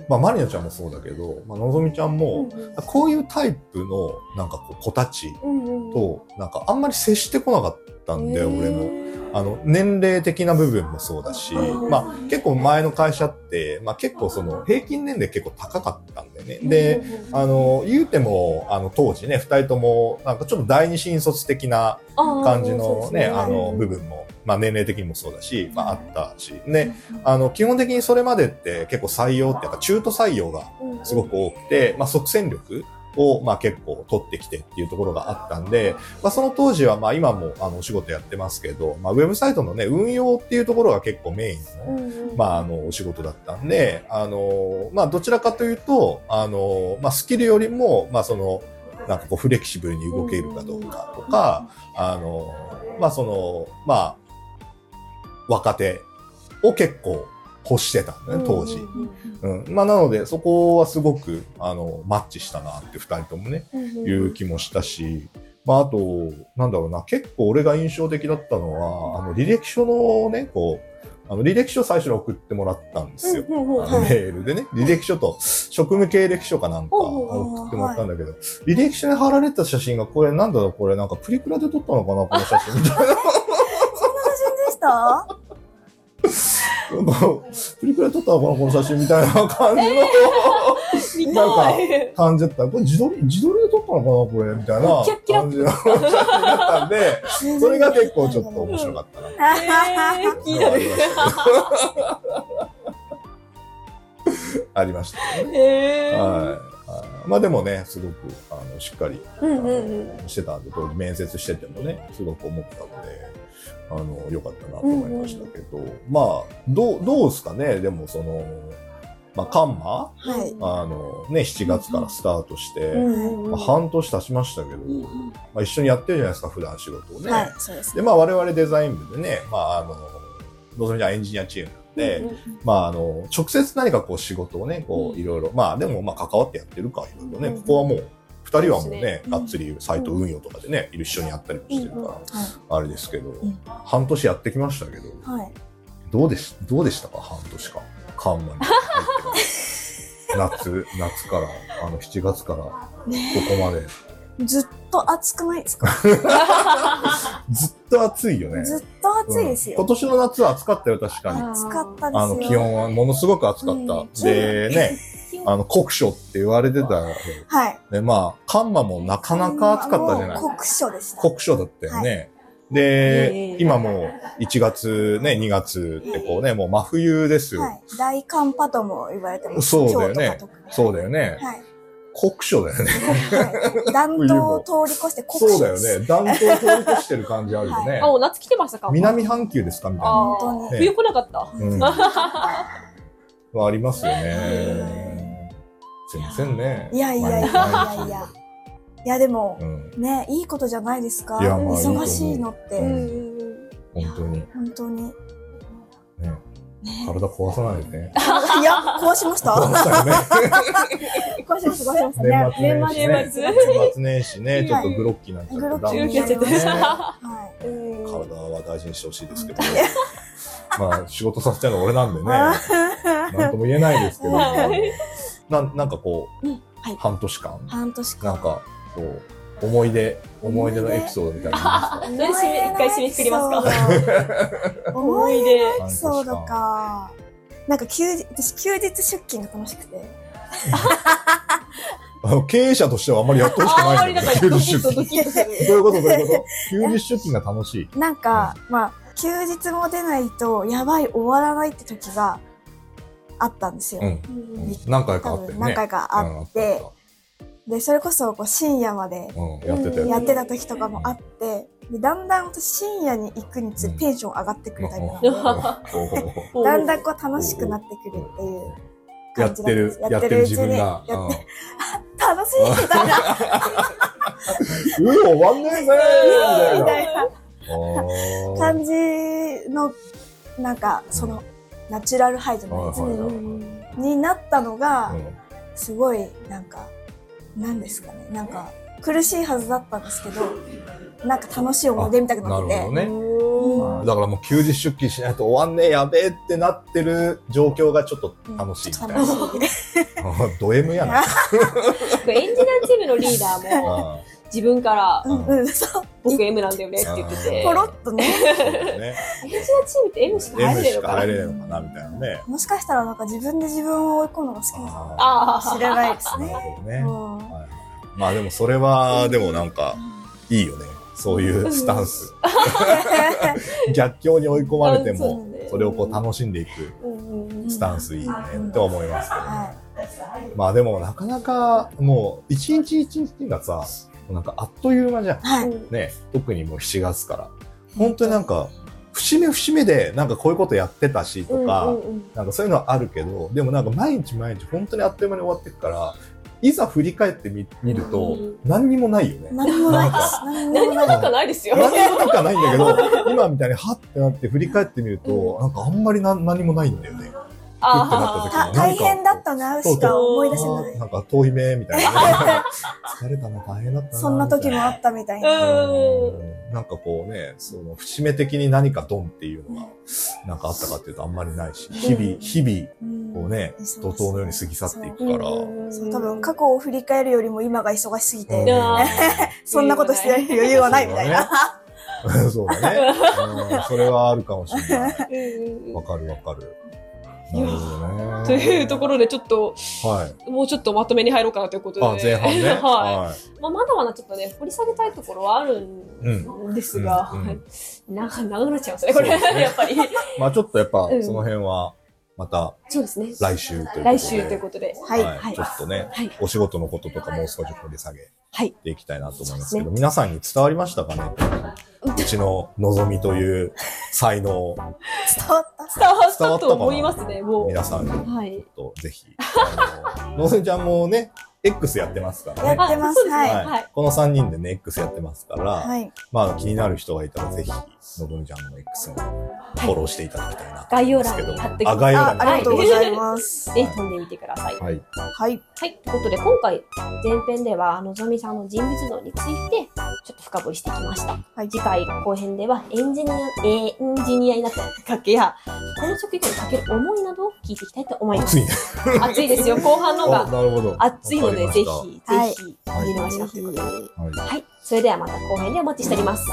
Speaker 2: まあ、マリナちゃんもそうだけど、まあ、のぞみちゃんも、こういうタイプの、なんかこう、子たち
Speaker 5: うんうんうん。
Speaker 2: と、なんかあんまり接してこなかったんだよ、
Speaker 5: へー
Speaker 2: 俺も。。あの、年齢的な部分もそうだし、
Speaker 5: うん
Speaker 2: まあ、結構前の会社って、まあ、結構その、平均年齢結構高かったんだよね。で、
Speaker 5: うんうんうん、
Speaker 2: あの、言うても、あの、当時ね、二人とも、なんかちょっと第二新卒的な感じのね、あの、部分も、まあ、年齢的にもそうだし、まあ、あったし、ね、あの、基本的にそれまでって結構採用ってやっぱ中途採用がすご
Speaker 5: く。
Speaker 2: く多くて、まあ、即戦力を、まあ、結構取ってきてっていうところがあったんで、まあ、その当時は、まあ、今も、あの、お仕事やってますけど、まあ、ウェブサイトのね、運用っていうところが結構メインの、まあ、あの、お仕事だったんで、あの、まあ、どちらかというと、あの、まあ、スキルよりも、まあ、その、なんかこう、フレキシブルに動けるかどうかとか、あの、まあ、その、まあ、若手を結構欲してたんだね、当時。うん、まあなのでそこはすごくあのマッチしたなって二人ともね、いう気もしたし、まああと、なんだろうな、結構俺が印象的だったのは、あの履歴書のね、こう、あの履歴書最初に送ってもらったんですよ。あのメールでね、履歴書と職務経歴書かなんか
Speaker 5: おうお
Speaker 4: う
Speaker 2: 送ってもらったんだけど、履歴書に貼られてた写真がこれなんだろう、これなんかプリクラで撮ったのかな、この写真みたいな。
Speaker 4: そんな写真でした
Speaker 2: なんか プリクラで撮ったのかな、この写真みたいな感じの。
Speaker 5: 見
Speaker 2: な
Speaker 5: たい。
Speaker 2: 感じだった。これ自撮り、自撮りで撮ったのかなこれみたいな
Speaker 5: キラッキラ
Speaker 2: 感じの 写真だったんで、それが 結構ちょっと面白かったな。
Speaker 5: えー気になる。
Speaker 2: ありましたね。
Speaker 5: えー
Speaker 2: はいはい。まあでもね、すごく、あの、しっかり
Speaker 5: うんうんうん。
Speaker 2: してたんで、当時面接しててもね、すごく思ったので、あの、良かったなと思いましたけど、まあ、どう、どうですかねでもその、まあ、カンマ
Speaker 4: はい。
Speaker 2: あの、ね、7月からスタートして、
Speaker 5: うん
Speaker 2: まあ、半年経ちましたけど、まあ、一緒にやってるじゃないですか、普段仕事をね。
Speaker 4: はい、そうです。
Speaker 2: で、まあ、我々デザイン部でね、まあ、あの、のぞみちゃんエンジニアチームなんで、まあ、あの、直接何かこう仕事をね、こ
Speaker 5: う
Speaker 2: う、
Speaker 5: ん
Speaker 2: いろいろ、まあ、でも、まあ、関わってやってるから、いろいろね、
Speaker 5: うん
Speaker 2: ここはもう、二人はもう
Speaker 5: そうで
Speaker 2: ね、がっつりサイト運用とかでね、一緒にやったりもしてるから、あれですけど、
Speaker 4: ん
Speaker 2: 半年やってきましたけど、
Speaker 4: はい。
Speaker 2: どうでし、どうでしたか半年間。カ ンマに入ってから。夏、夏から、あの、7月から、ここまで。
Speaker 4: ずっと暑くないですか
Speaker 2: ずっと暑いよね。
Speaker 4: ずっと暑いです
Speaker 2: うん今
Speaker 4: よ。
Speaker 2: 年の夏は暑かったよ、確かに。
Speaker 4: 暑かった
Speaker 2: あの、
Speaker 4: です
Speaker 2: 気
Speaker 4: よ。
Speaker 2: 温はものすごく暑かった。
Speaker 4: うん
Speaker 2: で、ね、 あの、酷暑って言われてたよ
Speaker 4: はい。
Speaker 2: ね。まあ、カンマもなかなか暑かったじゃない
Speaker 4: もう酷暑でした。
Speaker 2: 酷暑だったよね。で、今もう1月ね、2月ってこうね、もう真冬ですよ。
Speaker 4: はい。大寒波とも言われてます。
Speaker 2: そうだよね
Speaker 4: 今日とか特に
Speaker 2: そうだよね。
Speaker 4: はい。
Speaker 2: 酷暑だよね。
Speaker 4: はい暖冬を通り越して酷暑
Speaker 2: そうだ
Speaker 4: です
Speaker 2: よね。暖 冬を通り越してる感じあるよね。
Speaker 6: あ、もう夏来てましたか
Speaker 2: 南半球ですかみたいな。
Speaker 6: あ
Speaker 4: 本
Speaker 6: ー
Speaker 4: 当
Speaker 2: に
Speaker 6: 冬来なかった。
Speaker 2: うん。はありますよね。すいませんね。
Speaker 4: いやいやいやいやいや。いやでも
Speaker 2: う、ん。
Speaker 4: ね、いいことじゃないですか。
Speaker 2: いやまあいいと思う
Speaker 4: 忙しいのって、
Speaker 2: うん
Speaker 6: うん
Speaker 2: 本当に。
Speaker 4: 本当に。
Speaker 2: ね
Speaker 4: ね
Speaker 2: 体壊さないで ね。
Speaker 4: いや、壊し ました。
Speaker 2: 壊したよね。
Speaker 4: 壊しました、壊しました
Speaker 2: 年
Speaker 4: ね。
Speaker 2: 末年始ね。
Speaker 6: 年末年
Speaker 2: 年末年始ね。ちょっとグロッキーなん
Speaker 4: グロッキー
Speaker 6: うん。
Speaker 4: になりま
Speaker 2: ね
Speaker 4: し
Speaker 6: したた。
Speaker 4: は
Speaker 6: うん
Speaker 2: 体は大事にしてほしい ですけど。まあ、仕事させてるの俺なんでね。なんとも言えないですけど。
Speaker 6: はい
Speaker 2: なんなんかこう、
Speaker 6: うん
Speaker 4: はい
Speaker 2: 半年間
Speaker 4: い。、半年間。
Speaker 2: なんか、こう、思い出、思い出のエピソードみたいな
Speaker 4: 思い
Speaker 6: そ
Speaker 4: 出
Speaker 6: れ
Speaker 4: のエ
Speaker 6: 締め一回
Speaker 4: ピソード、
Speaker 6: 締めくくりますか
Speaker 4: か。思
Speaker 6: 思
Speaker 4: い
Speaker 6: い
Speaker 4: 出
Speaker 6: 出。
Speaker 4: エピソードか。なんか休日、私休日出勤が楽しくて。
Speaker 2: あの経営者としてはあんまりやってほしく
Speaker 6: あー、
Speaker 2: な
Speaker 6: あ
Speaker 2: いん
Speaker 6: れだ
Speaker 2: だ よ
Speaker 6: か
Speaker 2: ね
Speaker 6: ら、
Speaker 2: 休
Speaker 6: ド
Speaker 2: 日
Speaker 6: キッ
Speaker 2: 出
Speaker 6: と
Speaker 2: 勤。
Speaker 6: ド
Speaker 2: ど
Speaker 6: キッと する。
Speaker 2: ういうことどういうこと休日出勤が楽しい。
Speaker 4: なんか、まあ、休日も出ないと、やばい、終わらないって時があったんですよ。
Speaker 2: うん。うん何回かあ
Speaker 4: 多
Speaker 2: ったよ
Speaker 4: 分
Speaker 2: ね。
Speaker 4: 何回かあっ
Speaker 2: うん
Speaker 4: て、で、それこそこう深夜まで
Speaker 2: うん、やってたよ
Speaker 4: や
Speaker 2: ね。
Speaker 4: ってた時とかもあって、でだんだん私深夜に行くにつれ
Speaker 2: うん
Speaker 4: テンション上がってくるタイプなん
Speaker 2: う
Speaker 4: で、
Speaker 2: んおー
Speaker 4: だんだんこう楽しくなってくるっていう
Speaker 2: や
Speaker 4: 感
Speaker 2: っ
Speaker 4: じ
Speaker 2: てる、やってる自分
Speaker 4: や
Speaker 2: が
Speaker 4: っ。て
Speaker 2: う
Speaker 4: る
Speaker 2: ん
Speaker 4: うちにやって楽しいみたいな、
Speaker 2: うお、終わんねえぜーみたい
Speaker 4: み
Speaker 2: な
Speaker 4: たいな
Speaker 2: あー。
Speaker 4: 感じの、なんかその、ナチュラルハイじゃないですか
Speaker 2: はいはいはい
Speaker 4: になったのが
Speaker 2: う、ん
Speaker 4: すごいなんかなんですかねなんか苦しいはずだったんで すけどなんか楽しい思い出みたくな
Speaker 2: な
Speaker 4: っ
Speaker 2: る
Speaker 4: て
Speaker 2: ほど
Speaker 4: て、
Speaker 2: ね。
Speaker 4: うん
Speaker 2: だからもう休日出勤しないと終わんねえやべえってなってる状況がちょっと楽しいみたいな。
Speaker 4: ちょっと楽しい
Speaker 2: ド M やな。
Speaker 6: 僕エンジニアチームのリーダーも、
Speaker 2: あ
Speaker 6: 自分から、
Speaker 4: うんうんそう
Speaker 6: 僕 M なんだよねって言ってて、エンジニ
Speaker 4: ポ
Speaker 6: ア
Speaker 4: ロッとね
Speaker 6: チームって M しか入れ
Speaker 2: M
Speaker 6: ない
Speaker 2: し
Speaker 6: の
Speaker 2: か
Speaker 6: か
Speaker 2: 入
Speaker 6: な
Speaker 2: れないのかなみたいなね。
Speaker 4: もしかしたらなんか自分 で自分を追い込むのが好きなのか
Speaker 2: あ
Speaker 6: あ
Speaker 4: も
Speaker 6: あ
Speaker 4: しれないです
Speaker 2: あ、なる
Speaker 4: ね。
Speaker 2: ほど
Speaker 4: う
Speaker 2: ね。
Speaker 4: ん
Speaker 2: まあでもそれは、でもなんか、いいよね。そういうスタンス。逆境に追い込まれても、それをこう楽しんでいく
Speaker 6: うんうん
Speaker 2: スタンスいいよねって思いますけどね。
Speaker 4: は
Speaker 2: まあでもなかなかもう一日一日がさ、なんかあっという間じゃん
Speaker 4: い。は
Speaker 6: う
Speaker 4: い。
Speaker 6: ん
Speaker 2: ね。特にもう7月から。本当になんか、節目節目でなんかこういうことやってたしとか、
Speaker 6: うんうん
Speaker 2: なんかそういうのはあるけど、でもなんか毎日毎日本当にあっという間に終わってくから、いざ振り返ってみ見ると
Speaker 6: うん、
Speaker 2: 何にもないよね。
Speaker 4: 何もないです。何
Speaker 6: 何も
Speaker 4: もない。
Speaker 6: なんかないですよ。
Speaker 2: 何もなんかないんだけど、今みたいにハッてなって振り返ってみると、なんかあんまりな何もないんだよね。
Speaker 6: あ
Speaker 2: な
Speaker 4: た
Speaker 2: んか
Speaker 4: 大変だったなしか思い出せない。
Speaker 2: なんか遠い目みたいなね。疲れたな、大変だったな。
Speaker 4: そんな時もあ
Speaker 2: み
Speaker 4: ったみたい
Speaker 6: あ
Speaker 4: な。
Speaker 2: たい
Speaker 6: うん
Speaker 2: な。なんかこうね、その節目的に何かドンっていうのが、なんかあったかっていうとあんまりないし、日々、日
Speaker 4: うん
Speaker 2: 々、こうね、怒涛のように過ぎ去っていくから、
Speaker 4: そう多分過去を振り返るよりも今が忙しすぎて、
Speaker 2: うん
Speaker 6: あ
Speaker 4: そんなことしてない余裕はないみたいな。
Speaker 2: そうだね。うんそれはあるかもしれない。
Speaker 6: うんう
Speaker 2: わ
Speaker 6: ん
Speaker 2: かるわかる。なるほどね。
Speaker 6: というところでちょっと、
Speaker 2: はい。
Speaker 6: もうちょっとまとめに入ろうかなということで。
Speaker 2: あ、前半ね。
Speaker 6: は
Speaker 2: はい。
Speaker 6: い。まあ、まだまだちょっとね、掘り下げたいところはあるんですが、
Speaker 2: うんうん
Speaker 6: はいなんか長くなっちゃいますね、これ。
Speaker 2: そうですね
Speaker 6: やっぱり。
Speaker 2: まあちょっとやっぱ、
Speaker 6: うん
Speaker 2: その辺は、また
Speaker 6: そうですね。
Speaker 2: 来週ということで。
Speaker 6: 来週ということで。
Speaker 4: はい。
Speaker 2: はい
Speaker 6: はい
Speaker 2: ちょっとね、
Speaker 6: はい
Speaker 2: お仕事のこととかもう少し掘り下げ
Speaker 6: はい
Speaker 2: ていきたいなと思います
Speaker 6: そう
Speaker 2: け
Speaker 6: で
Speaker 2: ど、
Speaker 6: す
Speaker 2: 皆さんに伝わりましたかねうちの望みという才能、
Speaker 4: 伝わった
Speaker 6: 伝わっ
Speaker 2: 伝わ
Speaker 6: たと
Speaker 2: ったかな
Speaker 6: 思いますね、も
Speaker 2: 皆さんに
Speaker 6: う。はい。
Speaker 2: とぜひ。あの、のぞみちゃんもね、X やってますからね。
Speaker 4: やってます
Speaker 6: あそうですね。
Speaker 4: はい
Speaker 6: はい。
Speaker 2: この3人でね、X やってますから、
Speaker 4: はい。
Speaker 2: まあ気になる人がいたらぜひ、のぞみちゃんの X もフォローしていただきたいなと思
Speaker 6: 概
Speaker 2: い
Speaker 6: 要
Speaker 2: ますけ
Speaker 6: 欄
Speaker 2: ど。
Speaker 6: に貼って
Speaker 2: あ、概要
Speaker 4: あ
Speaker 2: 欄に貼
Speaker 4: ありが
Speaker 2: って
Speaker 4: とうございます。
Speaker 6: で、飛んでみてください。
Speaker 2: はい。
Speaker 4: はい。
Speaker 6: はい、ということで今回前編ではのぞみさんの人物像についてちょっと深掘りしてきました。
Speaker 4: はい
Speaker 6: 次回後編ではエンジニア、えーエンジニアになったきっかけや、この職業にかける思いなどを聞いていきたいと思います。
Speaker 2: 熱いね。
Speaker 6: 熱いですよ、後半のが
Speaker 2: あなるほど。
Speaker 6: 熱いので
Speaker 2: わか
Speaker 6: ぜひ、
Speaker 2: り
Speaker 6: ぜ
Speaker 2: まし
Speaker 6: ひ、
Speaker 2: はい
Speaker 6: 見逃しなくということで。
Speaker 2: たはい
Speaker 6: はい、それではまた後編でお待ちしております。